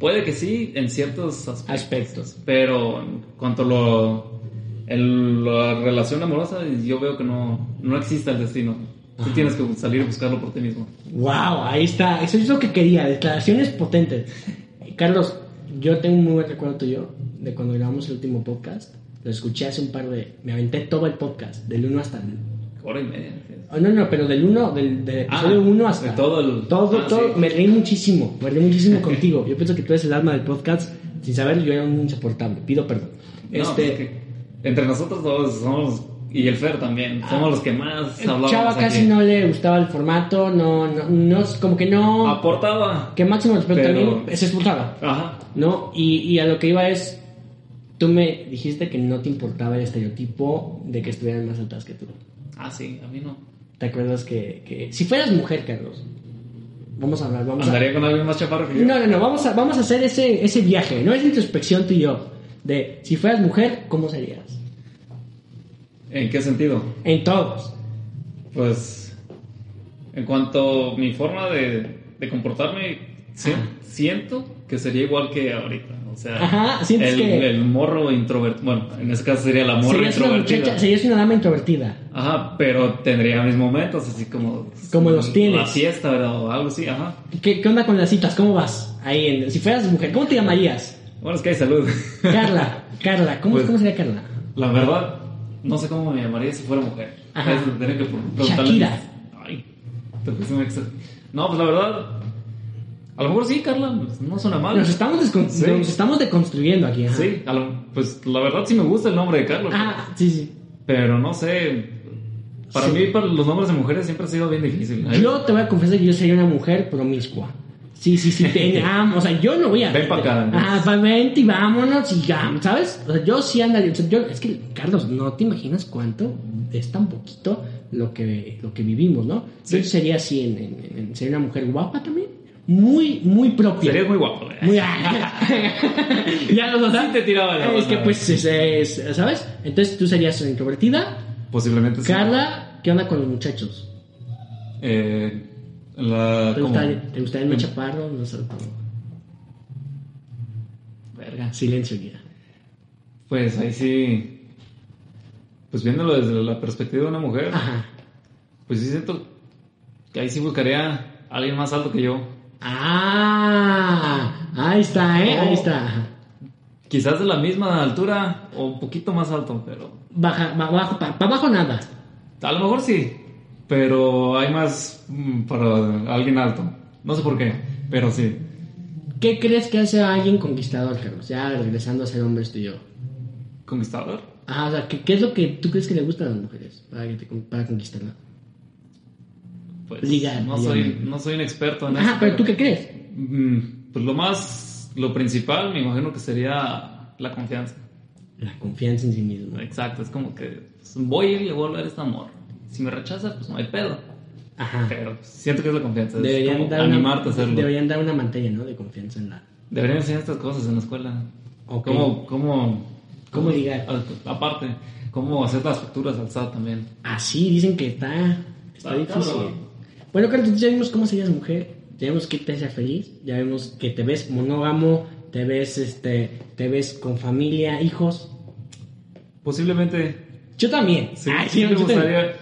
B: Puede que sí en ciertos aspectos,
A: Aspectos.
B: pero en cuanto lo el- la relación amorosa, yo veo que no, no existe el destino. Tú tienes que salir a buscarlo por ti mismo.
A: Wow, ahí está. Eso es lo que quería. Declaraciones potentes. Carlos, yo tengo un muy buen recuerdo tuyo de cuando grabamos el último podcast. Lo escuché hace un par de... Me aventé todo el podcast, del 1 hasta el...
B: Hora y media. ¿sí?
A: Oh, no, no, pero del 1, del, del
B: Ah,
A: episodio 1 hasta...
B: de todo el-
A: Todo,
B: ah,
A: todo.
B: sí.
A: Me reí muchísimo, me reí muchísimo contigo. Yo pienso que tú eres el alma del podcast. Sin saberlo, yo era un insoportable. Pido perdón.
B: No, pues,
A: este...
B: es que entre nosotros todos somos, y el Fer también, somos los que más hablamos.
A: Ah, Chava casi
B: aquí.
A: no le gustaba el formato, no, no, no, es como que no...
B: Aportaba.
A: que máximo respeto
B: Ah, Pero-
A: también se esforzaba,
B: Ajá.
A: ¿no? Y, y a lo que iba es, tú me dijiste que no te importaba el estereotipo de que estuvieran más altas que tú.
B: Ah, sí, a mí no.
A: ¿Te acuerdas que, que- si fueras mujer, Carlos? Vamos a hablar, vamos a...
B: Andaría con alguien más chaparro que yo.
A: No, no, no, vamos a, vamos a hacer ese, ese viaje, no es introspección tú y yo, de si fueras mujer, ¿cómo serías?
B: ¿En qué sentido?
A: En todos.
B: Pues, en cuanto a mi forma de, de comportarme, sí,
A: Ah.
B: siento que sería igual que ahorita. O sea,
A: Ajá, sientes
B: el,
A: que-
B: el morro introvertido. Bueno, en ese caso sería la morra
A: Serías una
B: introvertida.
A: muchacha, serías una dama introvertida.
B: Ajá, pero tendría mis momentos, así como. pues,
A: Como los tienes.
B: La fiesta, ¿verdad? O algo así, ajá.
A: ¿Qué, qué onda con las citas? ¿Cómo vas? Ahí, en, si fueras mujer, ¿cómo te llamarías?
B: Bueno, es que hay salud.
A: Carla, Carla, ¿cómo,
B: Pues-
A: ¿cómo sería Carla?
B: La verdad, no sé cómo me llamaría si fuera mujer.
A: Ajá.
B: Eso tendría que preguntarle.
A: Shakira.
B: Ay, te puse un extra. No, pues la verdad, a lo mejor sí, Carla, pues, no suena mal.
A: Nos estamos, descon-
B: Sí.
A: nos estamos deconstruyendo aquí. ajá.
B: Sí, a lo- pues la verdad sí me gusta el nombre de Carla.
A: Ah, sí, sí.
B: Pero no sé. Para
A: Sí.
B: mí, para los nombres de mujeres siempre ha sido bien difícil. Ay,
A: Yo te voy a confesar que yo sería una mujer promiscua. Sí, sí, sí, te amo. O sea, yo no voy a.
B: Ven pa' acá, ¿no?
A: Ah, pa- vente y vámonos y ya, ¿sabes? O sea, yo sí andaría. o sea, yo, es que, Carlos, no te imaginas cuánto es tan poquito lo que, lo que vivimos, ¿no?
B: Sí.
A: Yo sería así, en, en- en- sería una mujer guapa también. Muy, muy propia.
B: Serías muy guapo. ¿eh?
A: Muy Ya los
B: Sí te tiraba la
A: Es
B: onda.
A: que pues, es- es- ¿sabes? Entonces tú serías introvertida.
B: Posiblemente sí.
A: Carla, ¿qué onda con los muchachos?
B: Eh, la.
A: ¿Te
B: ¿cómo?
A: gusta, ¿te gusta el más chaparro? No sé, como-
B: Verga.
A: Silencio, guía.
B: Pues ahí sí. Pues viéndolo desde la perspectiva de una mujer.
A: Ajá.
B: Pues sí siento que ahí sí buscaría a alguien más alto que yo.
A: Ah, ahí está, ¿eh? Ahí
B: Oh.
A: está.
B: Quizás de la misma altura o un poquito más alto, pero
A: Baja, ba- bajo, para abajo nada.
B: a lo mejor sí. Pero hay más mm, para alguien alto. No sé por qué, pero sí.
A: ¿Qué crees que hace a alguien conquistador, Carlos? Ya regresando a ser hombres tú y yo.
B: Conquistador.
A: Ah, o sea, ¿qué, qué es lo que tú crees que le gusta a las mujeres para, que te con- para conquistarla?
B: Pues
A: Ligar,
B: no
A: ligar.
B: soy no soy un experto en
A: Ajá,
B: eso,
A: pero ¿tú qué crees?
B: Mm, Pues lo más lo principal me imagino que sería la confianza.
A: La confianza en sí mismo. ¿eh?
B: Exacto, es como que pues, voy y le voy a hablar a este amor. Si me rechaza, pues no hay pedo.
A: Ajá.
B: Pero pues, siento que es la confianza. es
A: Deberían
B: como
A: dar,
B: animarte a
A: una,
B: hacerlo.
A: deberían dar una mantella, ¿no? De confianza en la...
B: Deberían enseñar estas cosas en la escuela.
A: Ok.
B: ¿Cómo, cómo,
A: ¿Cómo ligar?
B: a- Aparte, cómo hacer las facturas al SAT también.
A: Así Ah, dicen que está, está
B: Está
A: difícil.
B: Ah, cabrón.
A: Bueno, Carlos, ya vimos cómo serías mujer, ya vimos que te hace feliz, ya vimos que te ves monógamo, te ves este, te ves con familia, hijos.
B: Posiblemente.
A: Yo también.
B: Sí,
A: Ay,
B: sí,
A: yo
B: me
A: también.
B: gustaría.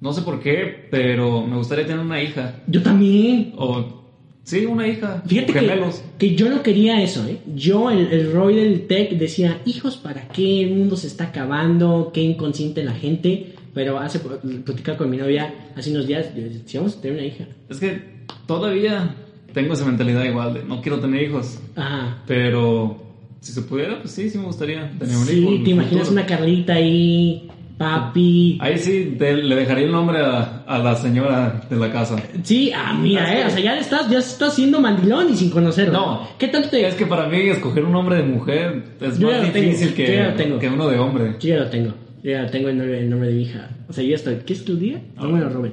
B: No sé por qué, pero me gustaría tener una hija.
A: Yo también.
B: O. Sí, una hija.
A: Fíjate
B: o
A: que,
B: gemelos.
A: que yo no quería eso, ¿eh? Yo, el, el Roy del Tech, decía, hijos, ¿para qué? El mundo se está acabando, qué inconsciente la gente. Pero hace, po- platicaba con mi novia hace unos días, yo decía, si vamos a tener una hija.
B: Es que todavía tengo esa mentalidad igual de no quiero tener hijos.
A: Ajá.
B: Pero si se pudiera, pues sí, sí me gustaría tener un hijo. en
A: Sí,
B: el
A: te imaginas
B: futuro.
A: una Carlita ahí, papi.
B: Ahí sí te- le dejaría el nombre a, a la señora de la casa.
A: Sí, ah, mira, eh, o sea, ya estás, ya estás siendo mandilón y sin conocerlo.
B: No.
A: ¿Qué tanto te.?
B: Es que para mí escoger un hombre de mujer es
A: Yo ya lo
B: más difícil
A: tengo, yo ya
B: que,
A: lo tengo.
B: que uno de hombre.
A: Yo ya lo tengo. Yo ya tengo el nombre, el nombre de mi hija. O sea, yo ya estoy. ¿Qué es tu día?
B: Ah.
A: No me lo robes.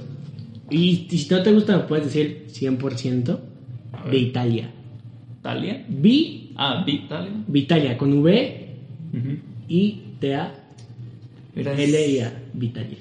A: Y, y si no te gusta, me puedes decir 100%
B: A
A: de
B: ver.
A: Italia.
B: ¿Talia?
A: Vi,
B: Ah, Vitalia.
A: Vitalia, con V
B: Ujú.
A: y T A
B: Mira, es,
A: L I A, Vitalia.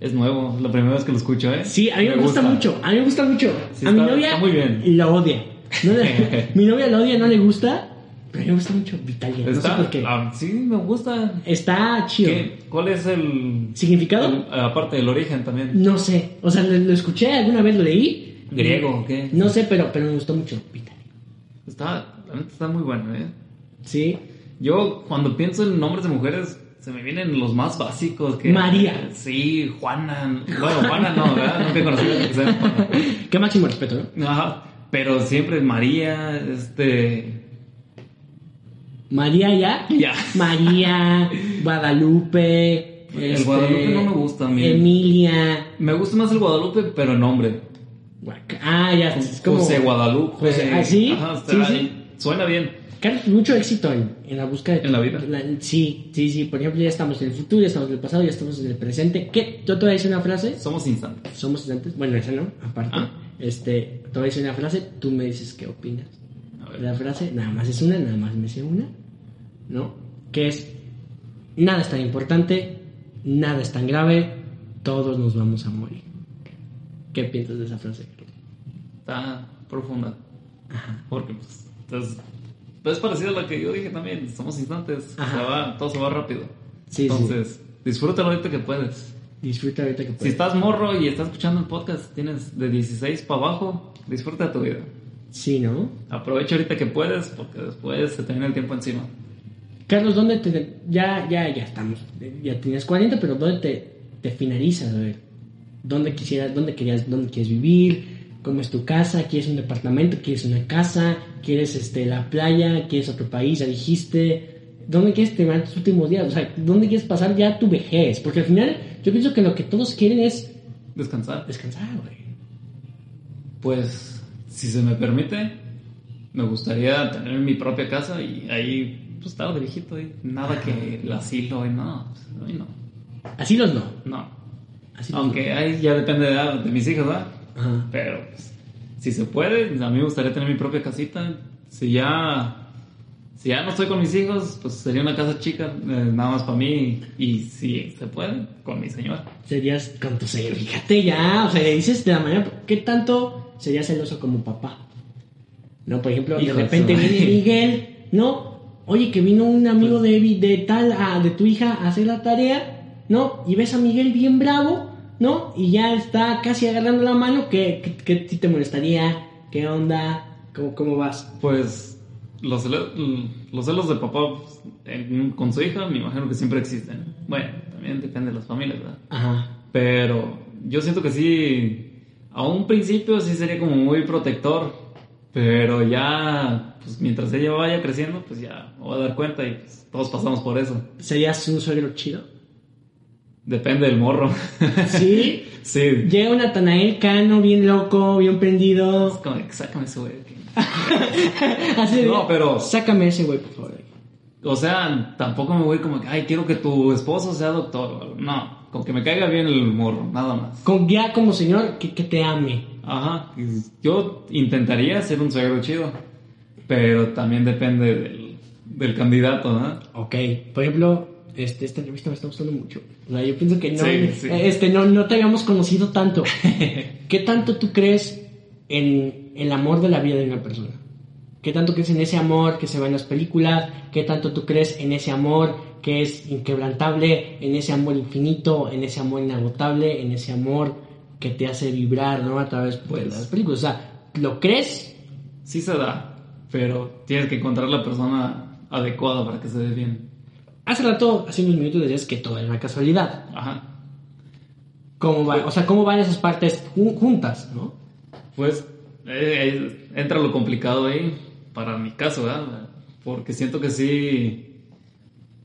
B: es nuevo, es la primera vez que lo escucho, ¿eh?
A: Sí, a mí me, gusta. mucho, a mí me gusta mucho.
B: Sí,
A: a mi
B: está-
A: novia
B: está muy bien.
A: lo odia. No le- mi novia lo odia, no le gusta, pero a mí me gusta mucho Vitalia. No sé
B: Está,
A: por qué.
B: ah, sí, me gusta.
A: Está chido.
B: ¿Qué? ¿Cuál es el.
A: ¿Significado?
B: el- eh, aparte del origen también.
A: No sé. O sea, lo, lo escuché, alguna vez lo leí.
B: ¿Griego o qué?
A: No sé, pero, pero me gustó mucho Vitalia.
B: Está, la neta está muy bueno, ¿eh?
A: Sí.
B: Yo cuando pienso en nombres de mujeres se me vienen los más básicos que
A: María.
B: Sí, Juana. Bueno, Juana no, ¿verdad? Nunca he conocido a alguien que se llame Juana.
A: Qué máximo respeto, ¿no?
B: Ajá, pero siempre María, este
A: María ya.
B: Ya.
A: María, Guadalupe. este,
B: El Guadalupe no me gusta a mí.
A: Emilia.
B: me gusta más el Guadalupe, pero en nombre.
A: Guaca- Ah, ya. Es como...
B: José Guadalupe.
A: José- ¿Ah, sí?
B: Ajá,
A: Sí,
B: está-
A: sí.
B: Suena bien.
A: Carlos, mucho éxito en, en la búsqueda de
B: En la vida.
A: sí, sí, sí. Por ejemplo, ya estamos en el futuro, ya estamos en el pasado, ya estamos en el presente. ¿Qué? Yo te voy a decir una frase.
B: Somos instantes.
A: Somos estudiantes. Bueno, esa no, aparte.
B: Ah.
A: Este, te voy a decir una frase, tú me dices qué opinas.
B: A ver.
A: La frase, nada más es una, nada más me sé una. ¿No? Que es, nada es tan importante, nada es tan grave, todos nos vamos a morir. ¿Qué piensas de esa frase?
B: Está profunda. Porque pues entonces, pues, es parecida a la que yo dije también, somos instantes,
A: Ajá.
B: Se va- todo se va rápido.
A: Sí, sí.
B: Entonces, disfrútalo ahorita que puedes.
A: Disfruta ahorita que puedes.
B: Si estás morro y estás escuchando el podcast, tienes de 16 para abajo, disfruta tu vida.
A: Sí, ¿no?
B: Aprovecha ahorita que puedes, porque después se termina el tiempo encima.
A: Carlos, ¿dónde te... Ya, ya, ya estamos. Ya tenías 40, pero ¿dónde te, te finalizas? A ver, ¿dónde quisieras, dónde querías, dónde quieres vivir? ¿Cómo es tu casa? ¿Quieres un departamento? ¿Quieres una casa? ¿Quieres este, la playa? ¿Quieres otro país? Ya dijiste. ¿Dónde quieres terminar tus últimos días? O sea, ¿dónde quieres pasar ya tu vejez? Porque al final yo pienso que lo que todos quieren es
B: Descansar.
A: descansar, güey.
B: Pues, si se me permite, me gustaría tener mi propia casa y ahí, pues, estar de viejito y nada que el asilo y no, pues, ay, no,
A: Así los no.
B: no.
A: Así los
B: Aunque ahí ya depende de, de mis hijos, ¿verdad?
A: no. Ajá.
B: Pero pues, si se puede, a mí me gustaría tener mi propia casita. Si ya, si ya no estoy con mis hijos, pues sería una casa chica, eh, nada más para mí. Y si se puede, con mi señora.
A: serías con tu señor. Fíjate ya, o sea, dices de la manera, ¿qué tanto serías celoso como papá? No, por ejemplo,
B: Hijo
A: de
B: de
A: repente
B: su madre.
A: viene Miguel, no, oye, que vino un amigo de, Evi- de tal, a- de tu hija a hacer la tarea, no, y ves a Miguel bien bravo, no, y ya está casi agarrando la mano, que, que, que sí te molestaría, qué onda, cómo, cómo vas.
B: Pues los, celo- los celos de papá pues, en- con su hija, me imagino que siempre existen. Bueno, también depende de las familias, ¿verdad?
A: Ajá.
B: Pero yo siento que sí, a un principio sí sería como muy protector, pero ya, pues mientras ella vaya creciendo, pues ya me voy a dar cuenta y pues, todos pasamos por eso.
A: ¿Serías un suegro chido?
B: Depende del morro.
A: Sí.
B: sí.
A: Llega un Natanael Cano bien loco, bien prendido.
B: Es como, de que sácame ese güey. de aquí.
A: Así de,
B: No, pero-
A: Sácame ese güey, por favor.
B: O sea, tampoco me voy como que, ay, quiero que tu esposo sea doctor. o algo. No, con que me caiga bien el morro, nada más.
A: Con ya como señor, que, que te ame.
B: Ajá, yo intentaría ser un suegro chido, pero también depende del, del candidato, ¿no?
A: Ok, por ejemplo, este, esta entrevista me está gustando mucho. O sea, yo pienso que no,
B: Sí, sí.
A: eh, Este, no, no te habíamos conocido tanto. ¿Qué tanto tú crees en el amor de la vida de una persona? ¿Qué tanto crees en ese amor que se ve en las películas? ¿Qué tanto tú crees en ese amor que es inquebrantable, en ese amor infinito, en ese amor inagotable, en ese amor que te hace vibrar, ¿no? A través pues, de
B: Pues-
A: las películas. O sea, ¿lo crees?
B: Sí se da, pero tienes que encontrar la persona adecuada para que se dé bien.
A: Hace rato, hace unos minutos, decías que todo era una casualidad.
B: Ajá.
A: ¿Cómo va? O sea, ¿cómo van esas partes jun- juntas, no?
B: Pues eh, eh, entra lo complicado ahí, para mi caso, ¿verdad? Porque siento que sí,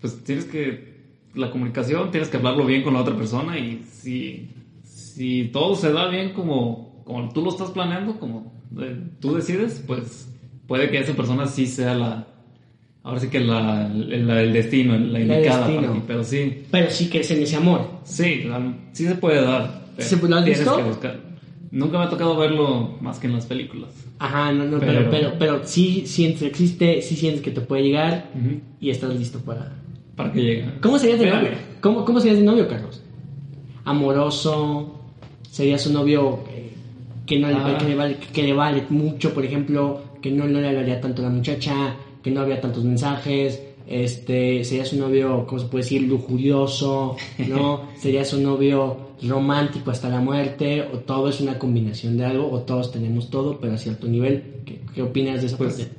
B: pues tienes que, la comunicación, tienes que hablarlo bien con la otra persona y si, si todo se da bien como, como tú lo estás planeando, como eh, tú decides, pues puede que esa persona sí sea la, ahora sí que la, la- el destino, la indicada
A: destino.
B: para ti, pero sí,
A: Pero sí crees en ese amor.
B: sí, la- sí se puede dar. pero
A: ¿Sí, pues, lo has
B: tienes
A: visto?
B: que buscar. Nunca me ha tocado verlo más que en las películas.
A: Ajá, no, no, pero,
B: Pero-
A: pero, pero sí sientes que existe, sí sientes que te puede llegar
B: Ujú.
A: y estás listo para.
B: Para que llegue.
A: ¿Cómo serías de
B: Pero-
A: novio? ¿Cómo, cómo serías de novio, Carlos? Amoroso, serías un novio eh, que, no le,
B: Ah.
A: que, le vale, que le vale mucho, por ejemplo, que no, no le hablaría tanto a la muchacha, que no habría tantos mensajes, este, serías un novio, ¿cómo se puede decir? Lujurioso, ¿no? serías un novio romántico hasta la muerte, o todo es una combinación de algo, o todos tenemos todo, pero a cierto nivel. ¿Qué, qué opinas de esa
B: Pues,
A: parte?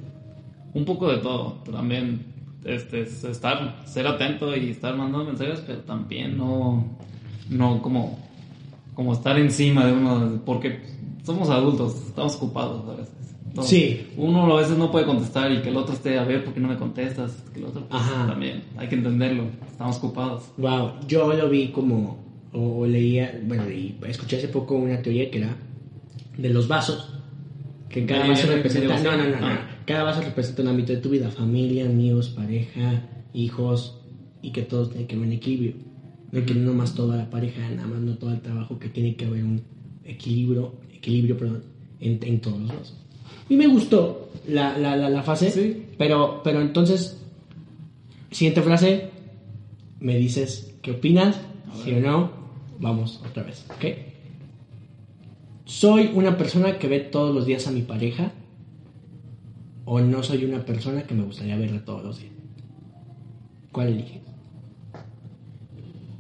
B: Un poco de todo. También este, es estar, ser atento y estar mandando mensajes, pero también no, no como, como estar encima de uno, porque somos adultos, estamos ocupados a veces. Entonces,
A: Sí.
B: Uno a veces no puede contestar y que el otro esté a ver por qué no me contestas, que el otro pues,
A: Ajá.
B: también. Hay que entenderlo, estamos ocupados.
A: Wow, yo lo vi como, o, o leía, bueno, leí, escuché hace poco una teoría que era de los vasos, que cada
B: Eh,
A: vaso
B: eh,
A: representa,
B: eh,
A: no, no, no, no,
B: ah.
A: cada vaso representa un ámbito de tu vida, familia, amigos, pareja, hijos, y que todos tienen que haber un equilibrio, no que no más toda la pareja, nada más no todo el trabajo, que tiene que haber un equilibrio, equilibrio, perdón, en, en todos los vasos. Y me gustó la, la, la, la fase,
B: Sí.
A: pero, pero entonces, siguiente frase, me dices qué opinas, si o no, vamos otra vez, ¿ok? ¿Soy una persona que ve todos los días a mi pareja o no soy una persona que me gustaría verla todos los días? ¿Cuál eliges?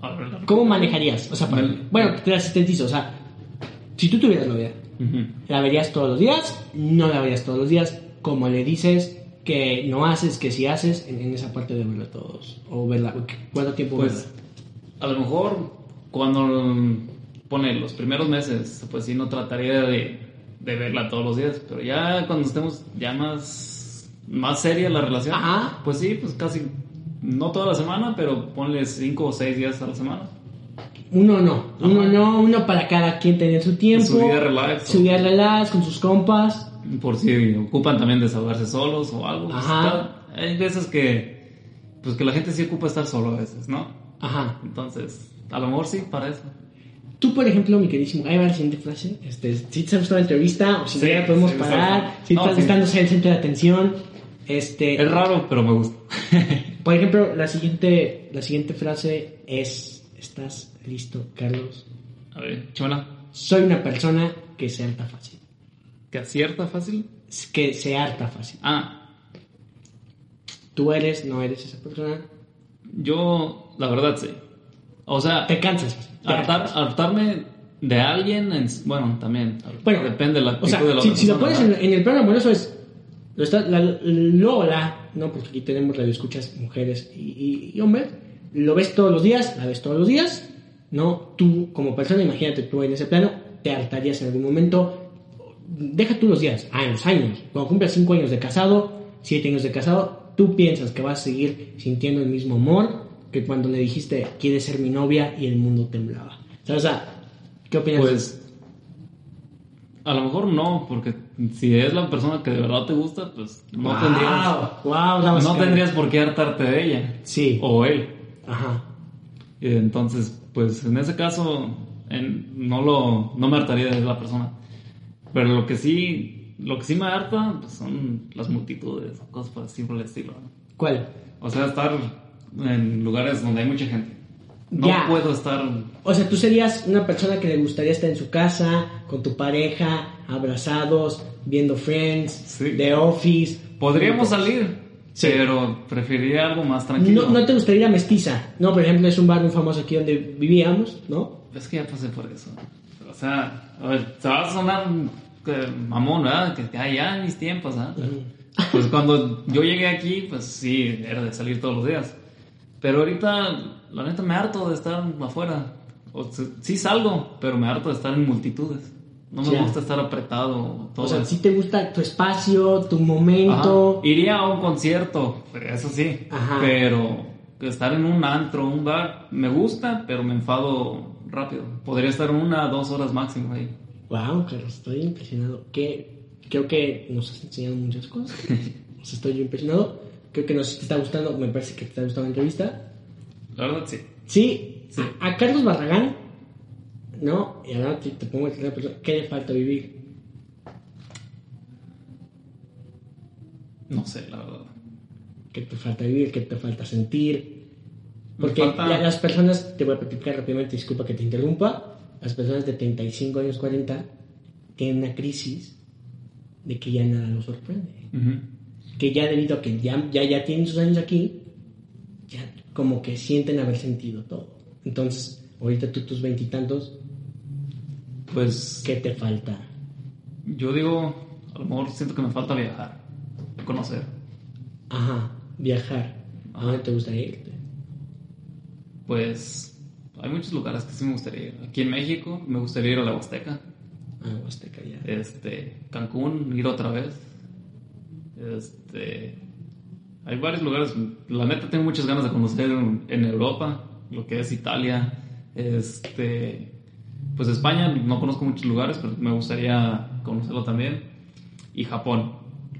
B: A ver, la-
A: ¿Cómo manejarías? O sea, para-
B: Vale.
A: bueno, te las te dice, o sea, si tú tuvieras novia,
B: Ujú.
A: ¿la verías todos los días? ¿No la verías todos los días? ¿Cómo le dices? que no haces, que si haces en, en esa parte de verla todos o verla cuánto tiempo
B: Pues
A: verla?
B: a lo mejor cuando mm, pone los primeros meses, pues sí, no trataría de, de verla todos los días, pero ya cuando estemos ya más, más seria la relación,
A: Ajá.
B: pues sí, pues casi, no toda la semana, pero ponle cinco o seis días a la semana.
A: Uno no, uno
B: Ajá. Pues,
A: no, uno para cada quien tener su tiempo.
B: Su vida relax.
A: Su vida relax con sus compas.
B: Por si ocupan también desahogarse solos o algo. pues,
A: Ajá.
B: está- hay veces que, pues que la gente sí ocupa estar solo a veces, ¿no?
A: Ajá.
B: Entonces, a lo mejor sí, para eso.
A: Tú, por ejemplo, mi queridísimo, ahí va la siguiente frase. Este, si te ha gustado la entrevista, o si
B: Sí,
A: ya podemos
B: sí,
A: parar,
B: exacto.
A: si
B: No,
A: estás
B: sí.
A: gustando ser el centro de atención. Este,
B: Es raro, pero me gusta.
A: por ejemplo, la siguiente, la siguiente frase es, ¿estás listo, Carlos?
B: a ver, Chona,
A: Soy una persona que se harta fácil.
B: ¿que acierta fácil?
A: Es Que se harta fácil.
B: Ah,
A: Tú eres, no eres esa persona.
B: yo, la verdad sí. O sea,
A: Te cansas. fácil, te
B: hartar-
A: hartas.
B: hartarme de alguien, en- bueno, también.
A: Bueno,
B: depende de la
A: O sea,
B: actitud de la
A: si,
B: otra
A: si lo
B: persona,
A: pones en,
B: ¿verdad?
A: en el plano amoroso es. Lo está, la Lola, ¿no? Porque aquí tenemos radioescuchas mujeres y, y- y hombres. Lo ves todos los días, la ves todos los días, ¿no? Tú, como persona, imagínate tú en ese plano, te hartarías en algún momento. Deja tú los días, ah, en los años. Cuando cumplas 5 años de casado, 7 años de casado, tú piensas que vas a seguir sintiendo el mismo amor que cuando le dijiste, quieres ser mi novia y el mundo temblaba. O sea, o sea, ¿qué opinas?
B: Pues, A lo mejor no, porque si es la persona que de verdad te gusta, pues
A: Ah,
B: no tendrías.
A: Wow, la
B: No
A: mascarilla.
B: tendrías Oh. por qué hartarte de ella.
A: Sí.
B: O él.
A: Ajá.
B: Y Entonces, pues en ese caso, en- no, lo, no me hartaría de la persona. Pero lo que sí, lo que sí me harta pues, son las multitudes, o cosas por así por el estilo. ¿no?
A: ¿Cuál?
B: O sea, estar en lugares donde hay mucha gente. No
A: Ya.
B: puedo estar
A: O sea, tú serías una persona que le gustaría estar en su casa, con tu pareja, abrazados, viendo Friends,
B: Sí.
A: The Office.
B: Podríamos salir,
A: Sí.
B: pero preferiría algo más tranquilo.
A: No, no te gustaría ir a Mestiza. No, por ejemplo, es un bar muy famoso aquí donde vivíamos, ¿no?
B: Es que ya pasé por eso. O sea, a ver, te va a sonar que, mamón, ¿verdad? Que ah, ya en mis tiempos, ¿ah? Pero, Pues cuando yo llegué aquí, pues sí, era de salir todos los días. Pero ahorita, la neta, me harto de estar afuera. O sea, sí salgo, pero me harto de estar en multitudes. No me
A: Ya.
B: gusta estar apretado. Todo
A: O sea,
B: eso.
A: si te gusta tu espacio, tu momento.
B: Ajá. Iría a un concierto, eso sí.
A: Ajá.
B: Pero estar en un antro, un bar, me gusta, pero me enfado rápido. Podría estar una, dos horas máximo ahí.
A: Wow, Carlos, estoy impresionado. Que creo que nos has enseñado muchas cosas. O sea, estoy yo impresionado. Creo que nos está gustando, me parece que te está gustando la entrevista.
B: La verdad, sí.
A: Sí,
B: Sí.
A: a Carlos Barragán, ¿no? Y ahora te, te pongo el tercer persona. ¿Qué le falta vivir?
B: No sé, la verdad.
A: ¿Qué te falta vivir? ¿Qué te falta sentir?
B: Me
A: Porque
B: falta-
A: la- las personas, te voy a platicar rápidamente, disculpa que te interrumpa, las personas de 35 años, 40, tienen una crisis de que ya nada los sorprende.
B: Ujú.
A: Que ya debido a que ya, ya, ya tienen sus años aquí, ya como que sienten haber sentido todo. Entonces, ahorita tú tus veintitantos,
B: Pues
A: ¿qué te falta?
B: yo digo, a lo mejor siento que me falta viajar, conocer.
A: Ajá, viajar. ¿A dónde te gustaría irte?
B: Pues hay muchos lugares que sí me gustaría ir. Aquí en México me gustaría ir a la Huasteca.
A: A Huasteca, ya.
B: este, Cancún, ir otra vez. Este, hay varios lugares. La neta tengo muchas ganas de conocer en, en Europa, lo que es Italia. Este, pues España, no conozco muchos lugares, pero me gustaría conocerlo también. Y Japón,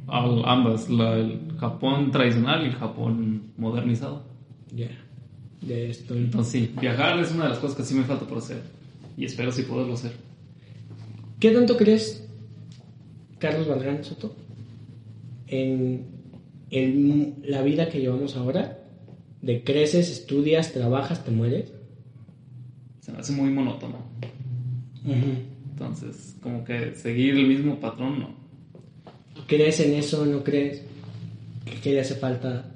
B: al- ambas, la- el Japón tradicional y el Japón modernizado.
A: Ya. Ya estoy.
B: Entonces sí, viajar es una de las cosas que sí me falta por hacer. Y espero sí poderlo hacer.
A: ¿Qué tanto crees, Carlos Valgrán Soto, en el- la vida que llevamos ahora? De creces, estudias, trabajas, te mueres.
B: Se me hace muy monótono. Entonces, como que seguir el mismo patrón, no.
A: ¿Crees en eso? ¿No crees? ¿Qué- ¿Qué le hace falta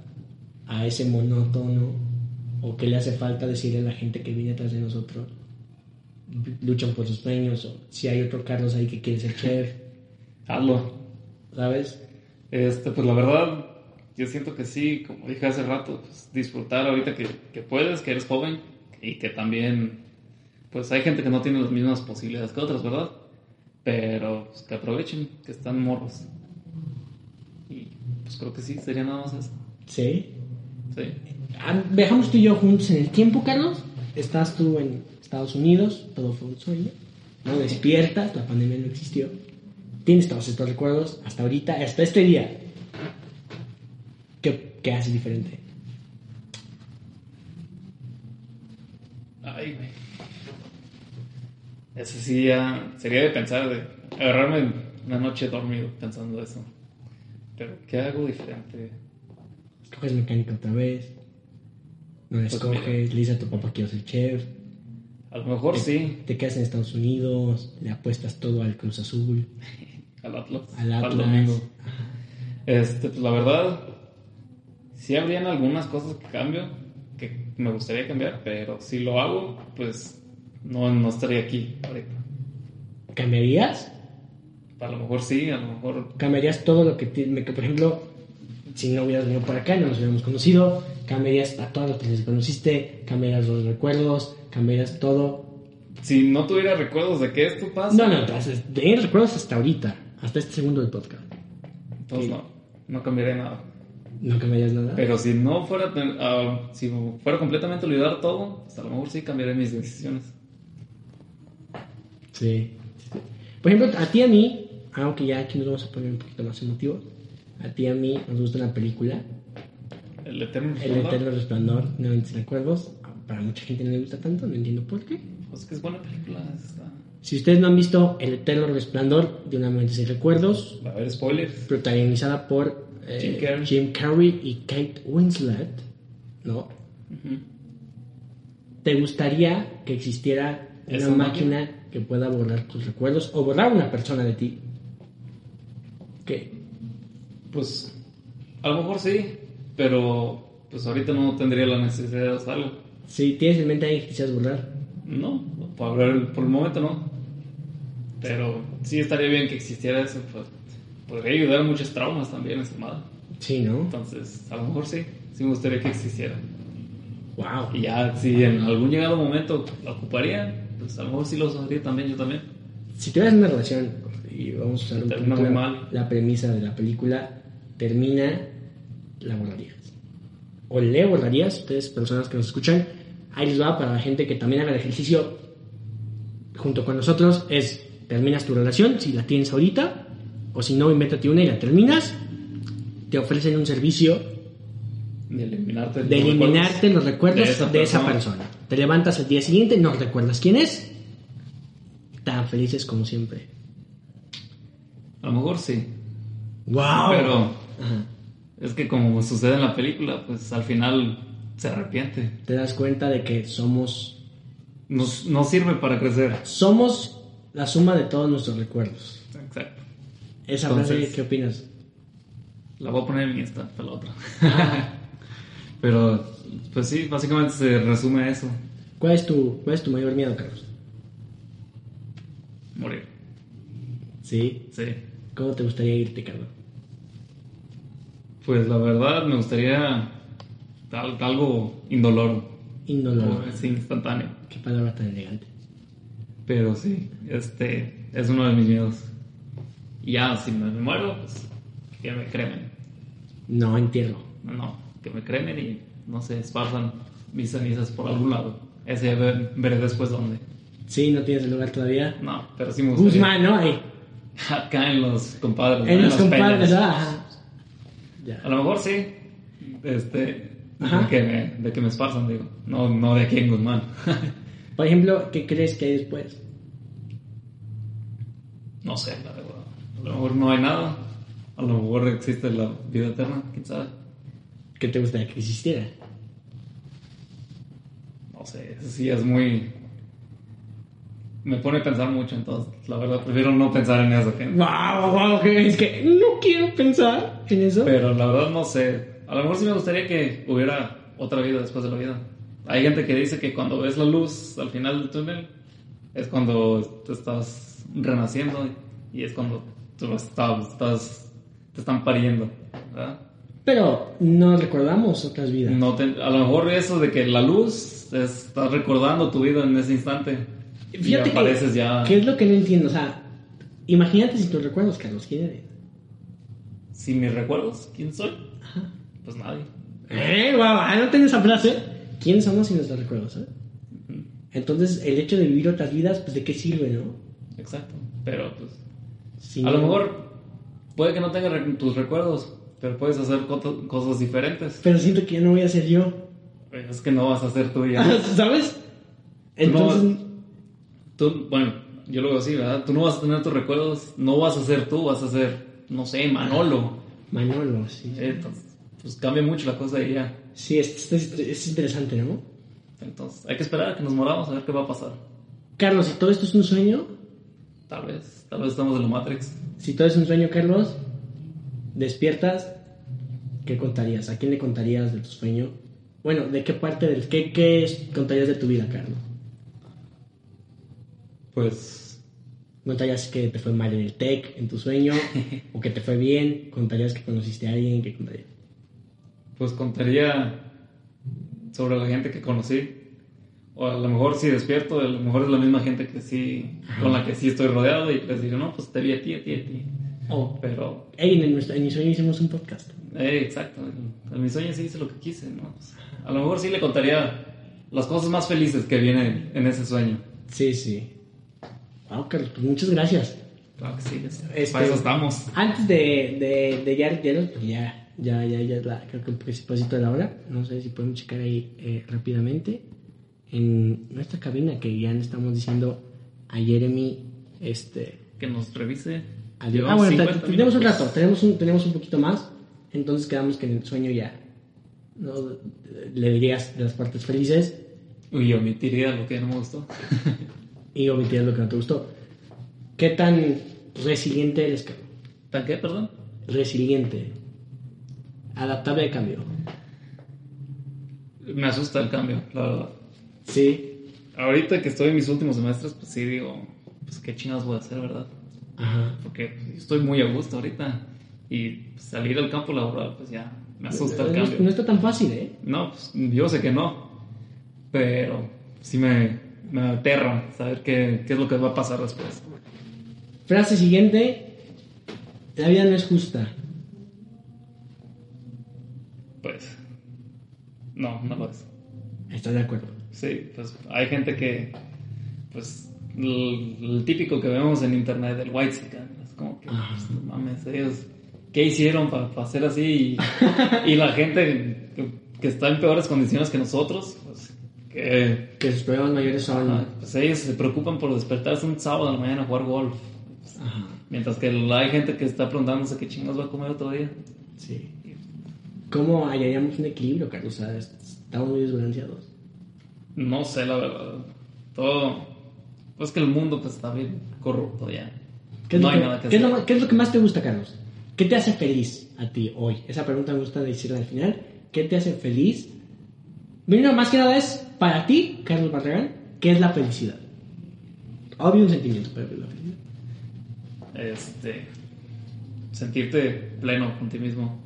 A: a ese monótono? ¿O qué le hace falta decirle a la gente que viene atrás de nosotros? Luchan por sus sueños. O si hay otro Carlos ahí que quiere ser chef.
B: Hazlo.
A: ¿Sabes?
B: Este, pues la verdad, yo siento que sí, como dije hace rato, pues, disfrutar ahorita que, que puedes, que eres joven y que también, pues hay gente que no tiene las mismas posibilidades que otras, ¿verdad? Pero pues, que aprovechen, que están morros. Y pues creo que sí, sería nada más eso.
A: Sí.
B: Sí.
A: Ah, Viajamos tú y yo juntos en el tiempo, Carlos. Estás tú en Estados Unidos, todo fue un sueño. No despiertas, la pandemia no existió. Tienes todos estos recuerdos hasta ahorita, hasta este día. ¿Qué, qué haces diferente?
B: Ay, güey. Eso sí ya sería de pensar, de agarrarme una noche dormido pensando eso. Pero, ¿qué hago diferente?
A: Escoges mecánica otra vez. No la
B: Pues
A: escoges, le dices a tu papá quiero ser chef.
B: A lo mejor sí,
A: Te quedas en Estados Unidos, le apuestas todo al Cruz Azul,
B: al Atlas,
A: al
B: al
A: Atlas.
B: domingo. Este, pues la verdad, sí habrían algunas cosas que cambio, que me gustaría cambiar, pero si lo hago, pues no, no estaría aquí ahorita.
A: ¿Cambiarías?
B: A lo mejor sí, a lo mejor
A: cambiarías todo lo que tiene, que por ejemplo, si no hubieras venido por acá, no nos hubiéramos conocido, cambiarías a todas las personas que conociste, cambiarías los recuerdos, cambiarías todo.
B: si no tuviera recuerdos de que esto pasa,
A: No, no, tras- de recuerdos hasta ahorita, hasta este segundo del podcast.
B: entonces no, no cambiaría nada.
A: No cambiarías nada.
B: Pero si no fuera, tan- ah, si fuera completamente olvidar todo, pues a lo mejor sí cambiaré mis decisiones.
A: Sí. Por ejemplo, a ti y a mí, aunque ya aquí nos vamos a poner un poquito más emotivos, a ti y a mí nos gusta la película
B: El Eterno
A: El
B: Resplandor.
A: Eterno Resplandor de los Recuerdos. Para mucha gente no le gusta tanto, no entiendo por qué.
B: Pues que es buena película. Está...
A: Si ustedes no han visto El Eterno Resplandor de una mente sin recuerdos,
B: Va a haber spoilers.
A: protagonizada por eh,
B: Jim Carrey.
A: Jim Carrey y Kate Winslet, ¿no?
B: Ujú.
A: ¿Te gustaría que existiera
B: Esa
A: una máquina, que pueda borrar tus recuerdos o borrar una persona de ti? Que
B: Pues a lo mejor sí, pero pues ahorita no tendría la necesidad de hacerlo.
A: si tienes en mente a alguien que quisieras borrar,
B: No, por, hablar- por el momento no. Pero sí estaría bien que existiera eso. Pues, podría ayudar a muchos traumas también esa madre.
A: sí, ¿no?
B: Entonces, a lo mejor sí, sí me gustaría que existiera.
A: Wow.
B: Y ya, si en algún llegado momento la ocuparía, pues a lo mejor sí lo usaría también yo también.
A: Si tuvieras una relación y vamos a usar un
B: Termina
A: poquito
B: muy
A: la,
B: mal.
A: la premisa de la película, termina, la borrarías. O le borrarías, ustedes personas que nos escuchan, ahí les va para la gente que también haga el ejercicio junto con nosotros, es terminas tu relación, si la tienes ahorita, o si no, invéntate una y la terminas, te ofrecen un servicio
B: De eliminarte.
A: de
B: los
A: eliminarte los recuerdos de esa, persona.
B: persona.
A: Te levantas el día siguiente, no recuerdas quién es. Tan felices como siempre.
B: A lo mejor sí.
A: ¡Wow!
B: Pero
A: Ajá.
B: es que como sucede en la película, pues al final se arrepiente.
A: Te das cuenta de que somos,
B: No, no sirve para crecer.
A: somos la suma de todos nuestros recuerdos.
B: Exacto.
A: Esa
B: Entonces-
A: frase, ¿qué opinas?
B: La voy a poner en mi Insta, para la otra. Pero, pues sí, básicamente se resume a eso.
A: ¿Cuál es tu, cuál es tu mayor miedo, Carlos?
B: Morir.
A: ¿Sí?
B: Sí.
A: ¿Cómo te gustaría irte, Carlos?
B: Pues la verdad me gustaría al- algo indoloro,
A: Indoloro.
B: o así instantáneo.
A: Qué palabra tan elegante.
B: Pero sí, este es uno de mis miedos. Y ya, si me muero, pues que me cremen.
A: No, entierro.
B: No, no, que me cremen y no se esparzan mis cenizas por algún lado. Ese ya ver- veré después dónde.
A: ¿Sí? ¿No tienes el lugar todavía?
B: No, pero sí me gustaría.
A: Guzmán, ¿no? Ahí.
B: Acá en los compadres. ¿no?
A: En los compadres.
B: peñas.
A: ah, ajá. Ya.
B: A lo mejor sí. Este.
A: Ajá.
B: De que, me, de que me esparzan, digo. No, no de aquí en Guzmán.
A: Por ejemplo, ¿qué crees que hay después?
B: no sé, la verdad. A lo mejor no hay nada. A lo mejor existe la vida eterna, quién sabe.
A: ¿Qué te gustaría que existiera?
B: No sé, eso sí es muy. Me pone a pensar mucho, entonces, la verdad, prefiero no pensar en eso. que-
A: ¡Wow, wow! que Es que no quiero pensar en eso.
B: Pero la verdad, no sé. A lo mejor sí me gustaría que hubiera otra vida después de la vida. Hay gente que dice que cuando ves la luz al final del túnel es cuando te estás renaciendo y es cuando tú estás, estás- te están pariendo. ¿verdad?
A: Pero no recordamos otras vidas.
B: No te- a lo mejor eso de que la luz es- estás recordando tu vida en ese instante. y
A: que-
B: apareces ya.
A: ¿Qué es lo que no entiendo? O sea, imagínate si tus recuerdos, Carlos, ¿quién eres?
B: Sin mis recuerdos, ¿quién soy? Pues nadie.
A: ¡Eh, guau! ah, no tengo esa frase. ¿Quién somos sin nuestros recuerdos? eh? Entonces, el hecho de vivir otras vidas, pues, ¿de qué sirve, no?
B: Exacto. Pero pues
A: Si
B: A
A: no-
B: lo mejor puede que no tengas rec- tus recuerdos, pero puedes hacer coto- cosas diferentes.
A: Pero siento que ya no voy a ser yo.
B: Es que no vas a hacer tu vida.
A: ¿Sabes?
B: No.
A: Entonces,
B: Tú, bueno, yo lo veo así, ¿verdad? Tú no vas a tener tus recuerdos, no vas a ser tú, vas a ser, no sé, Manolo.
A: Manolo, sí.
B: Entonces, pues cambia mucho la cosa y ya.
A: Sí, es, es- es interesante, ¿no?
B: Entonces, hay que esperar a que nos moramos a ver qué va a pasar.
A: Carlos, si todo esto es un sueño,
B: Tal vez, tal vez estamos en la Matrix.
A: si todo es un sueño, Carlos, despiertas, ¿qué contarías? ¿A quién le contarías de tu sueño? Bueno, ¿de qué parte del qué, qué es- contarías de tu vida, Carlos?
B: Pues,
A: ¿Contarías que te fue mal en el tech, en tu sueño? ¿O que te fue bien? ¿Contarías que conociste a alguien? ¿Qué contarías?
B: pues contaría sobre la gente que conocí. O a lo mejor si despierto, a lo mejor es la misma gente que sí, con la que sí estoy rodeado y les digo, no, pues te vi a ti, a ti, a ti.
A: Oh,
B: Pero,
A: hey, en, nuestro- en mi sueño hicimos un podcast.
B: eh, exacto, en, en mis sueños sí hice lo que quise, ¿no? Pues, a lo mejor sí le contaría las cosas más felices que vienen en ese sueño.
A: Sí, sí. Wow, Carlos, pues muchas gracias.
B: Ah, sí, es-
A: Este-
B: Para eso estamos.
A: Antes de, de, de ya retirarnos, porque ya, ya, ya, ya es la, creo que un propósito de la hora. No sé si podemos checar ahí eh, rápidamente. En nuestra cabina, que ya le estamos diciendo a Jeremy, este.
B: Que nos revise.
A: Adiós.
B: Llevamos
A: Ah, bueno,
B: 50
A: tenemos un
B: minutos.
A: rato, tenemos un, tenemos un poquito más. Entonces quedamos que en el sueño ya. No le dirías de las partes felices
B: Y omitiría lo que no me gustó.
A: y omitirías lo que no te gustó. ¿Qué tan resiliente eres, cabrón?
B: ¿Tan qué, perdón?
A: resiliente, adaptable al cambio.
B: Me asusta el cambio, la verdad.
A: Sí.
B: Ahorita que estoy en mis últimos semestres, pues sí digo, pues qué chingados voy a hacer, ¿verdad?
A: Ajá.
B: Porque estoy muy a gusto ahorita. Y pues, salir al campo laboral, pues ya, me asusta el
A: No-
B: cambio.
A: No está tan fácil, ¿eh?
B: No, pues yo sé que no. Pero sí me, me aterra saber qué, qué es lo que va a pasar después.
A: Frase siguiente. La vida no es justa.
B: Pues. No, no lo es.
A: Estás de acuerdo.
B: Sí, pues hay gente que. Pues. El, el típico que vemos en internet, el white Es como que.
A: Ajá.
B: pues, no mames, ellos. ¿Qué hicieron para hacer así? Y, y la gente que, que está en peores condiciones que nosotros, pues. Que.
A: Que sus problemas mayores son...
B: ah, Pues ellos se preocupan por despertarse un sábado en la mañana a jugar golf.
A: Ajá.
B: Mientras que hay gente que está preguntándose qué chingados va a comer otro día.
A: Sí. ¿Cómo hallaríamos un equilibrio, Carlos? O sea, est- estamos muy desbalanceados.
B: No sé, la verdad. Todo. Pues que el mundo pues, está bien corrupto ya.
A: ¿Qué es,
B: no
A: lo
B: hay
A: que-
B: nada que
A: qué es lo
B: hacer.
A: ma- qué es lo que más te gusta, Carlos? ¿Qué te hace feliz a ti hoy? Esa pregunta me gusta decirla al final. ¿Qué te hace feliz? Bueno, más que nada es para ti, Carlos Barragán, ¿qué es la felicidad? Obvio un sentimiento, pero ¿qué es la felicidad.
B: Este. Sentirte pleno con ti mismo.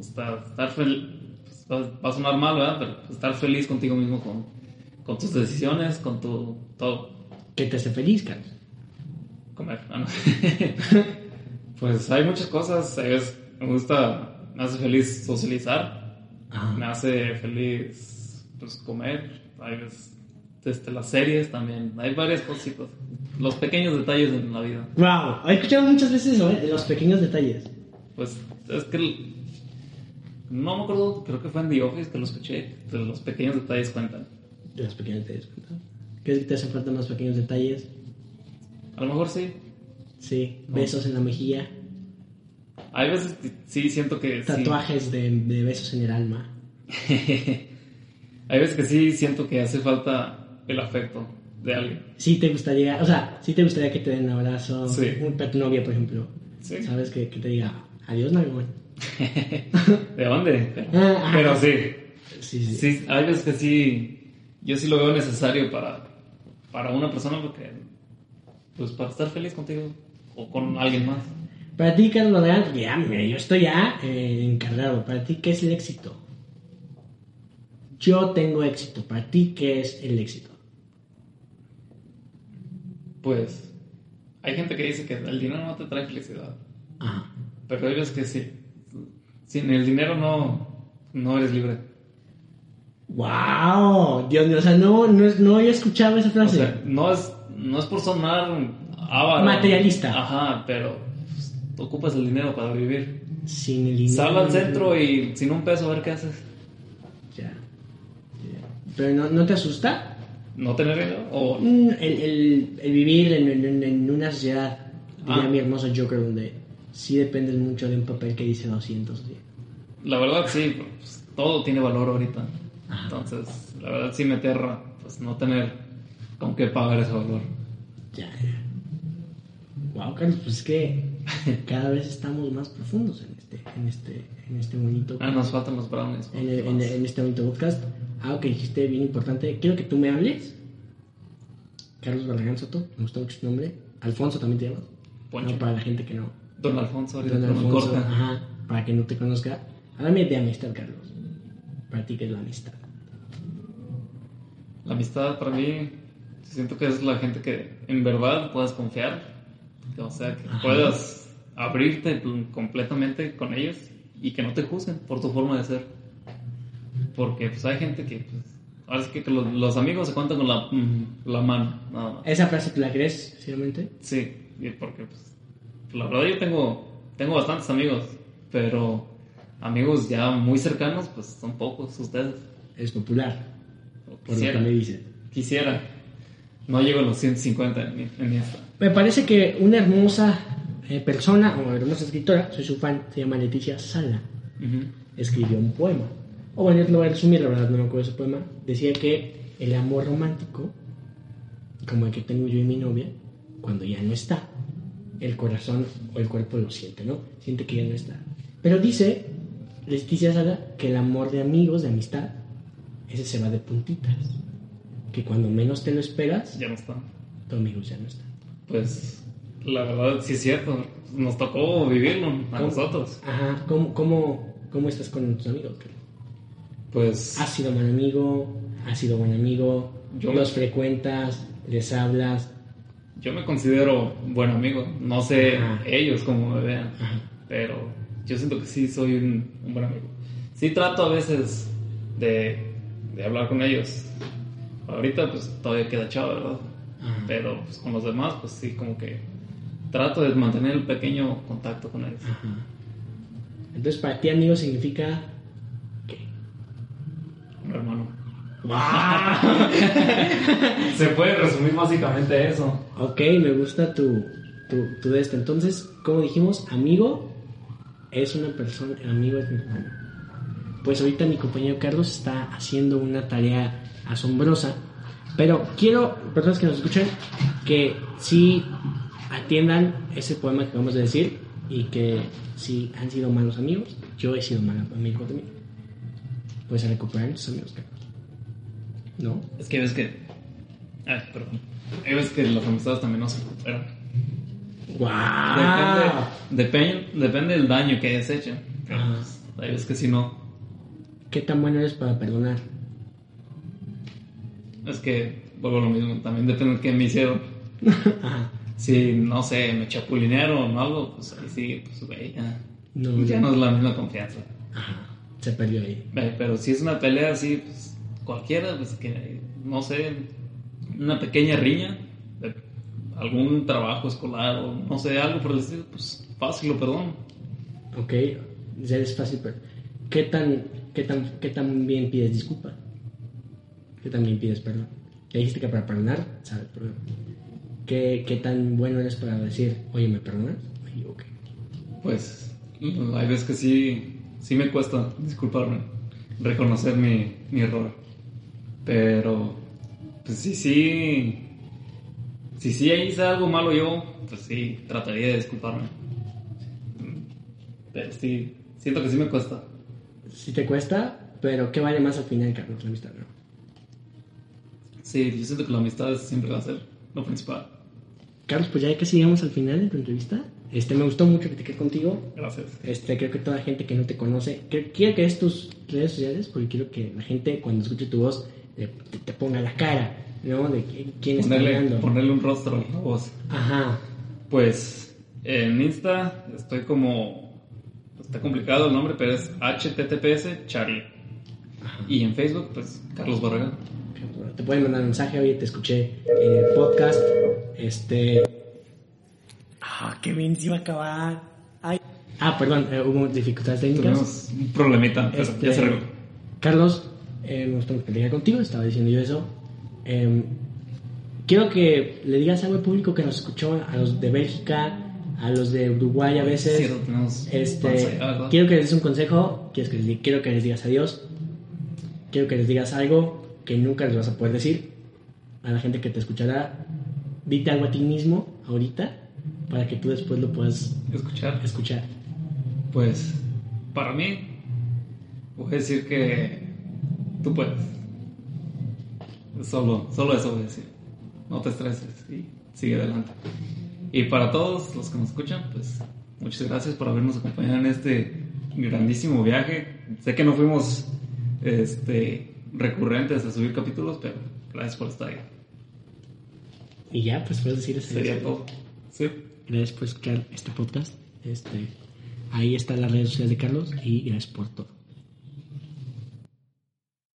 B: Está, estar fel- pues, va, va a sonar mal, ¿verdad? Pero pues, estar feliz contigo mismo, con, con tus decisiones, con tu. todo.
A: ¿Qué te hace feliz, Carlos?
B: Comer. Ah, no. pues hay muchas cosas. hay veces me gusta. Me hace feliz socializar. me hace feliz pues comer hay veces este, las series también hay varias cositas los pequeños detalles en la vida
A: Wow, he escuchado muchas veces eso, ¿eh? De los pequeños detalles.
B: pues es que el- no me acuerdo creo que fue en The Office que lo escuché que los pequeños detalles cuentan
A: De los pequeños detalles, ¿verdad? ¿Crees que te hacen falta más pequeños detalles?
B: a lo mejor sí
A: Sí,
B: No.
A: besos en la mejilla,
B: hay veces que sí siento que sí.
A: tatuajes de, de besos en el alma.
B: hay veces que sí siento que hace falta el afecto de alguien
A: Sí te gustaría, o sea, sí te gustaría que te den un abrazo,
B: Sí.
A: un para tu novia, por ejemplo.
B: sí
A: Sabes que, que te diga, adiós, Nagón.
B: de dónde Pero-
A: Ah, ajá.
B: pero sí
A: Sí, sí.
B: Sí, hay veces que sí, yo sí lo veo necesario para, para una persona porque, pues para estar feliz contigo o con alguien más.
A: Para ti, Carlos Barragán, ya, mira, yo estoy ya eh, encargado. Para ti, ¿qué es el éxito? Yo tengo éxito. Para ti, ¿qué es el éxito?
B: Pues hay gente que dice que el dinero no te trae felicidad,
A: Ajá.
B: pero hay veces que sí. Sin el dinero no, no eres libre.
A: ¡Wow! Dios mío, o sea, no, no, es- no había escuchado esa
B: O
A: frase.
B: sea, no es, no es por sonar avaro.
A: Materialista.
B: Ajá, pero pues, tú ocupas el dinero para vivir.
A: Sin el dinero.
B: Sal al centro y sin un peso a ver qué haces.
A: Ya. Ya. Pero no, ¿no te asusta
B: No tener dinero o
A: Mm, el, el- el vivir en, en- en una sociedad, diría
B: Ah.
A: mi hermoso Joker, donde sí dependes mucho de un papel que dice 200. así.
B: La verdad sí, pues, todo tiene valor ahorita.
A: Ajá.
B: Entonces, la verdad sí me aterra pues no tener con qué pagar ese valor.
A: Ya. Wow, Carlos, pues es que cada vez estamos más profundos en este, en este, en este bonito,
B: Ah, nos faltan los brownies.
A: en, el- en el- en este bonito podcast. Algo que dijiste bien importante. Quiero que tú me hables. Carlos Barragán Soto, me gusta mucho tu nombre. Alfonso también te llamas.
B: Poncho.
A: No, para la gente que no.
B: Don Alfonso ahorita
A: Don
B: no me
A: Alfonso,
B: corta.
A: ajá, para que no te conozca. Háblame de amistad, Carlos. Para ti, ¿qué es la amistad?
B: La amistad para mí siento que es la gente que en verdad puedas confiar, que, o sea, que
A: Ajá.
B: puedas abrirte pl- completamente con ellos y que no te juzguen por tu forma de ser. Porque pues hay gente que pues, ahora es que los, los amigos se cuentan con la, mm, la mano, nada más.
A: ¿Esa frase tú la crees, sinceramente?
B: Sí, y porque pues, la verdad yo tengo, tengo bastantes amigos, pero amigos ya muy cercanos, pues son pocos ustedes.
A: Es popular, por
B: O
A: lo que
B: Quisiera,
A: me dicen.
B: quisiera. No llego a los 150 en, mi- en mi esta.
A: Me parece que una hermosa eh, persona, o hermosa escritora, soy su fan, se llama Leticia Sala.
B: Ujú.
A: escribió un poema. O bueno, yo te lo voy a resumir, la verdad no me acuerdo ese poema. Decía que el amor romántico, como el que tengo yo y mi novia, cuando ya no está, el corazón o el cuerpo lo siente, ¿no? Siente que ya no está. Pero dice Leticia Sala que el amor de amigos, de amistad, ese se va de puntitas. Que cuando menos te lo esperas,
B: Ya no están.
A: tu amigo ya no está.
B: Pues la verdad sí es cierto, nos tocó vivirlo a
A: ¿Cómo?
B: nosotros.
A: Ajá, ¿cómo, cómo, cómo estás con tus amigos? Carlos?
B: Pues
A: has sido buen amigo, has sido buen amigo,
B: Yo-
A: los frecuentas, les hablas.
B: yo me considero buen amigo, no sé
A: Ajá.
B: ellos cómo me vean,
A: Ajá.
B: pero yo siento que sí soy un, un buen amigo. Sí trato a veces de, de hablar con ellos. Ahorita pues todavía queda chavo, ¿verdad?
A: Ajá.
B: Pero pues, con los demás pues sí como que trato de mantener el pequeño contacto con ellos.
A: Ajá. Entonces, para ti, amigo, significa.
B: Un hermano. ¡Ah! Se puede resumir básicamente eso.
A: Ok, me gusta tu, tu, tu de este. Entonces, como dijimos, amigo es una persona, amigo es mi hermano. Pues ahorita mi compañero Carlos está haciendo una tarea asombrosa. Pero quiero, personas que nos escuchan, que sí atiendan ese poema que acabamos de decir y que si han sido malos amigos, yo he sido malo amigo también. Pues a recuperar a sus amigos, Carlos. ¿No?
B: Es que ves que. Ay, perdón. Hay veces que las amistades también no se recuperan. Ah.
A: ¡Guau!
B: Depende, depen- depende del daño que hayas hecho. Pero,
A: Ajá.
B: pues, Hay veces que si no.
A: ¿Qué tan bueno eres para perdonar?
B: Es que vuelvo a lo mismo. También depende de qué me hicieron.
A: Ajá.
B: Si, no sé, me chapulinearon o algo, pues ahí sí, pues güey, ya.
A: No,
B: Ya no es la misma confianza.
A: Ajá. Se perdió ahí.
B: Ve, Pero si es una pelea así, pues cualquiera, pues que, no sé, una pequeña riña, de algún trabajo escolar o no sé, algo por el estilo, pues fácil lo perdono.
A: Ok. Ya es fácil, pero. ¿Qué tan, qué tan, qué tan bien pides disculpa? ¿Qué tan bien pides perdón? Ya dijiste que para perdonar, ¿sabes? Pero, ¿qué, ¿Qué tan bueno eres para decir, oye, ¿me perdonas? Oye, ok.
B: Pues mm, hay veces que sí, sí me cuesta disculparme, reconocer mi, mi error. Pero, pues sí, sí, si sí hice algo malo yo, pues sí, trataría de disculparme. Pero sí, siento que sí me cuesta.
A: Si te cuesta, pero ¿qué vale más al final, Carlos? La amistad, ¿no?
B: Sí, yo siento que la amistad siempre va a ser lo principal.
A: Carlos, pues ya casi llegamos al final de tu entrevista. Este, me gustó mucho platicar contigo.
B: Gracias.
A: Este, creo que toda la gente que no te conoce, que- quiero que des tus redes sociales porque quiero que la gente cuando escuche tu voz le- te, te ponga la cara, ¿no? De qui- quién está
B: Ponerle,
A: hablando.
B: ponerle un rostro a la voz.
A: Ajá.
B: Pues en Insta estoy como. pues, Está complicado el nombre, pero es HTTPS Charlie. Y en Facebook, pues Carlos Barragán.
A: Te pueden mandar mensaje, oye, te escuché en el podcast. Este. Ah, qué bien se iba a acabar. Ay. Ah, perdón, eh, hubo dificultades técnicas.
B: Tuvimos un problemita, pero
A: Este,
B: ya se arregló.
A: Carlos, eh, me gustó mucho platicar contigo, estaba diciendo yo eso. Em, quiero que le digas algo al público que nos escuchó, a los de Bélgica, a los de Uruguay a veces.
B: Sí, lo tenemos.
A: Este,
B: Entonces, ah, ¿verdad?
A: quiero que les des un consejo, quiero que les, di- quiero que les digas adiós, quiero que les digas algo que nunca les vas a poder decir a la gente que te escuchará. Dite algo a ti mismo ahorita para que tú después lo puedas
B: Escuchar.
A: escuchar.
B: Pues para mí, voy a decir que tú puedes. Solo, solo eso voy a decir. No te estreses y sigue adelante. Y para todos los que nos escuchan, pues muchas gracias por habernos acompañado en este grandísimo viaje. Sé que no fuimos este, recurrentes a subir capítulos, pero gracias por estar ahí.
A: Y ya, pues puedes decir eso.
B: Sería todo. Sí.
A: pues, Gracias por escuchar este podcast. Este, ahí están las redes sociales de Carlos y gracias por todo.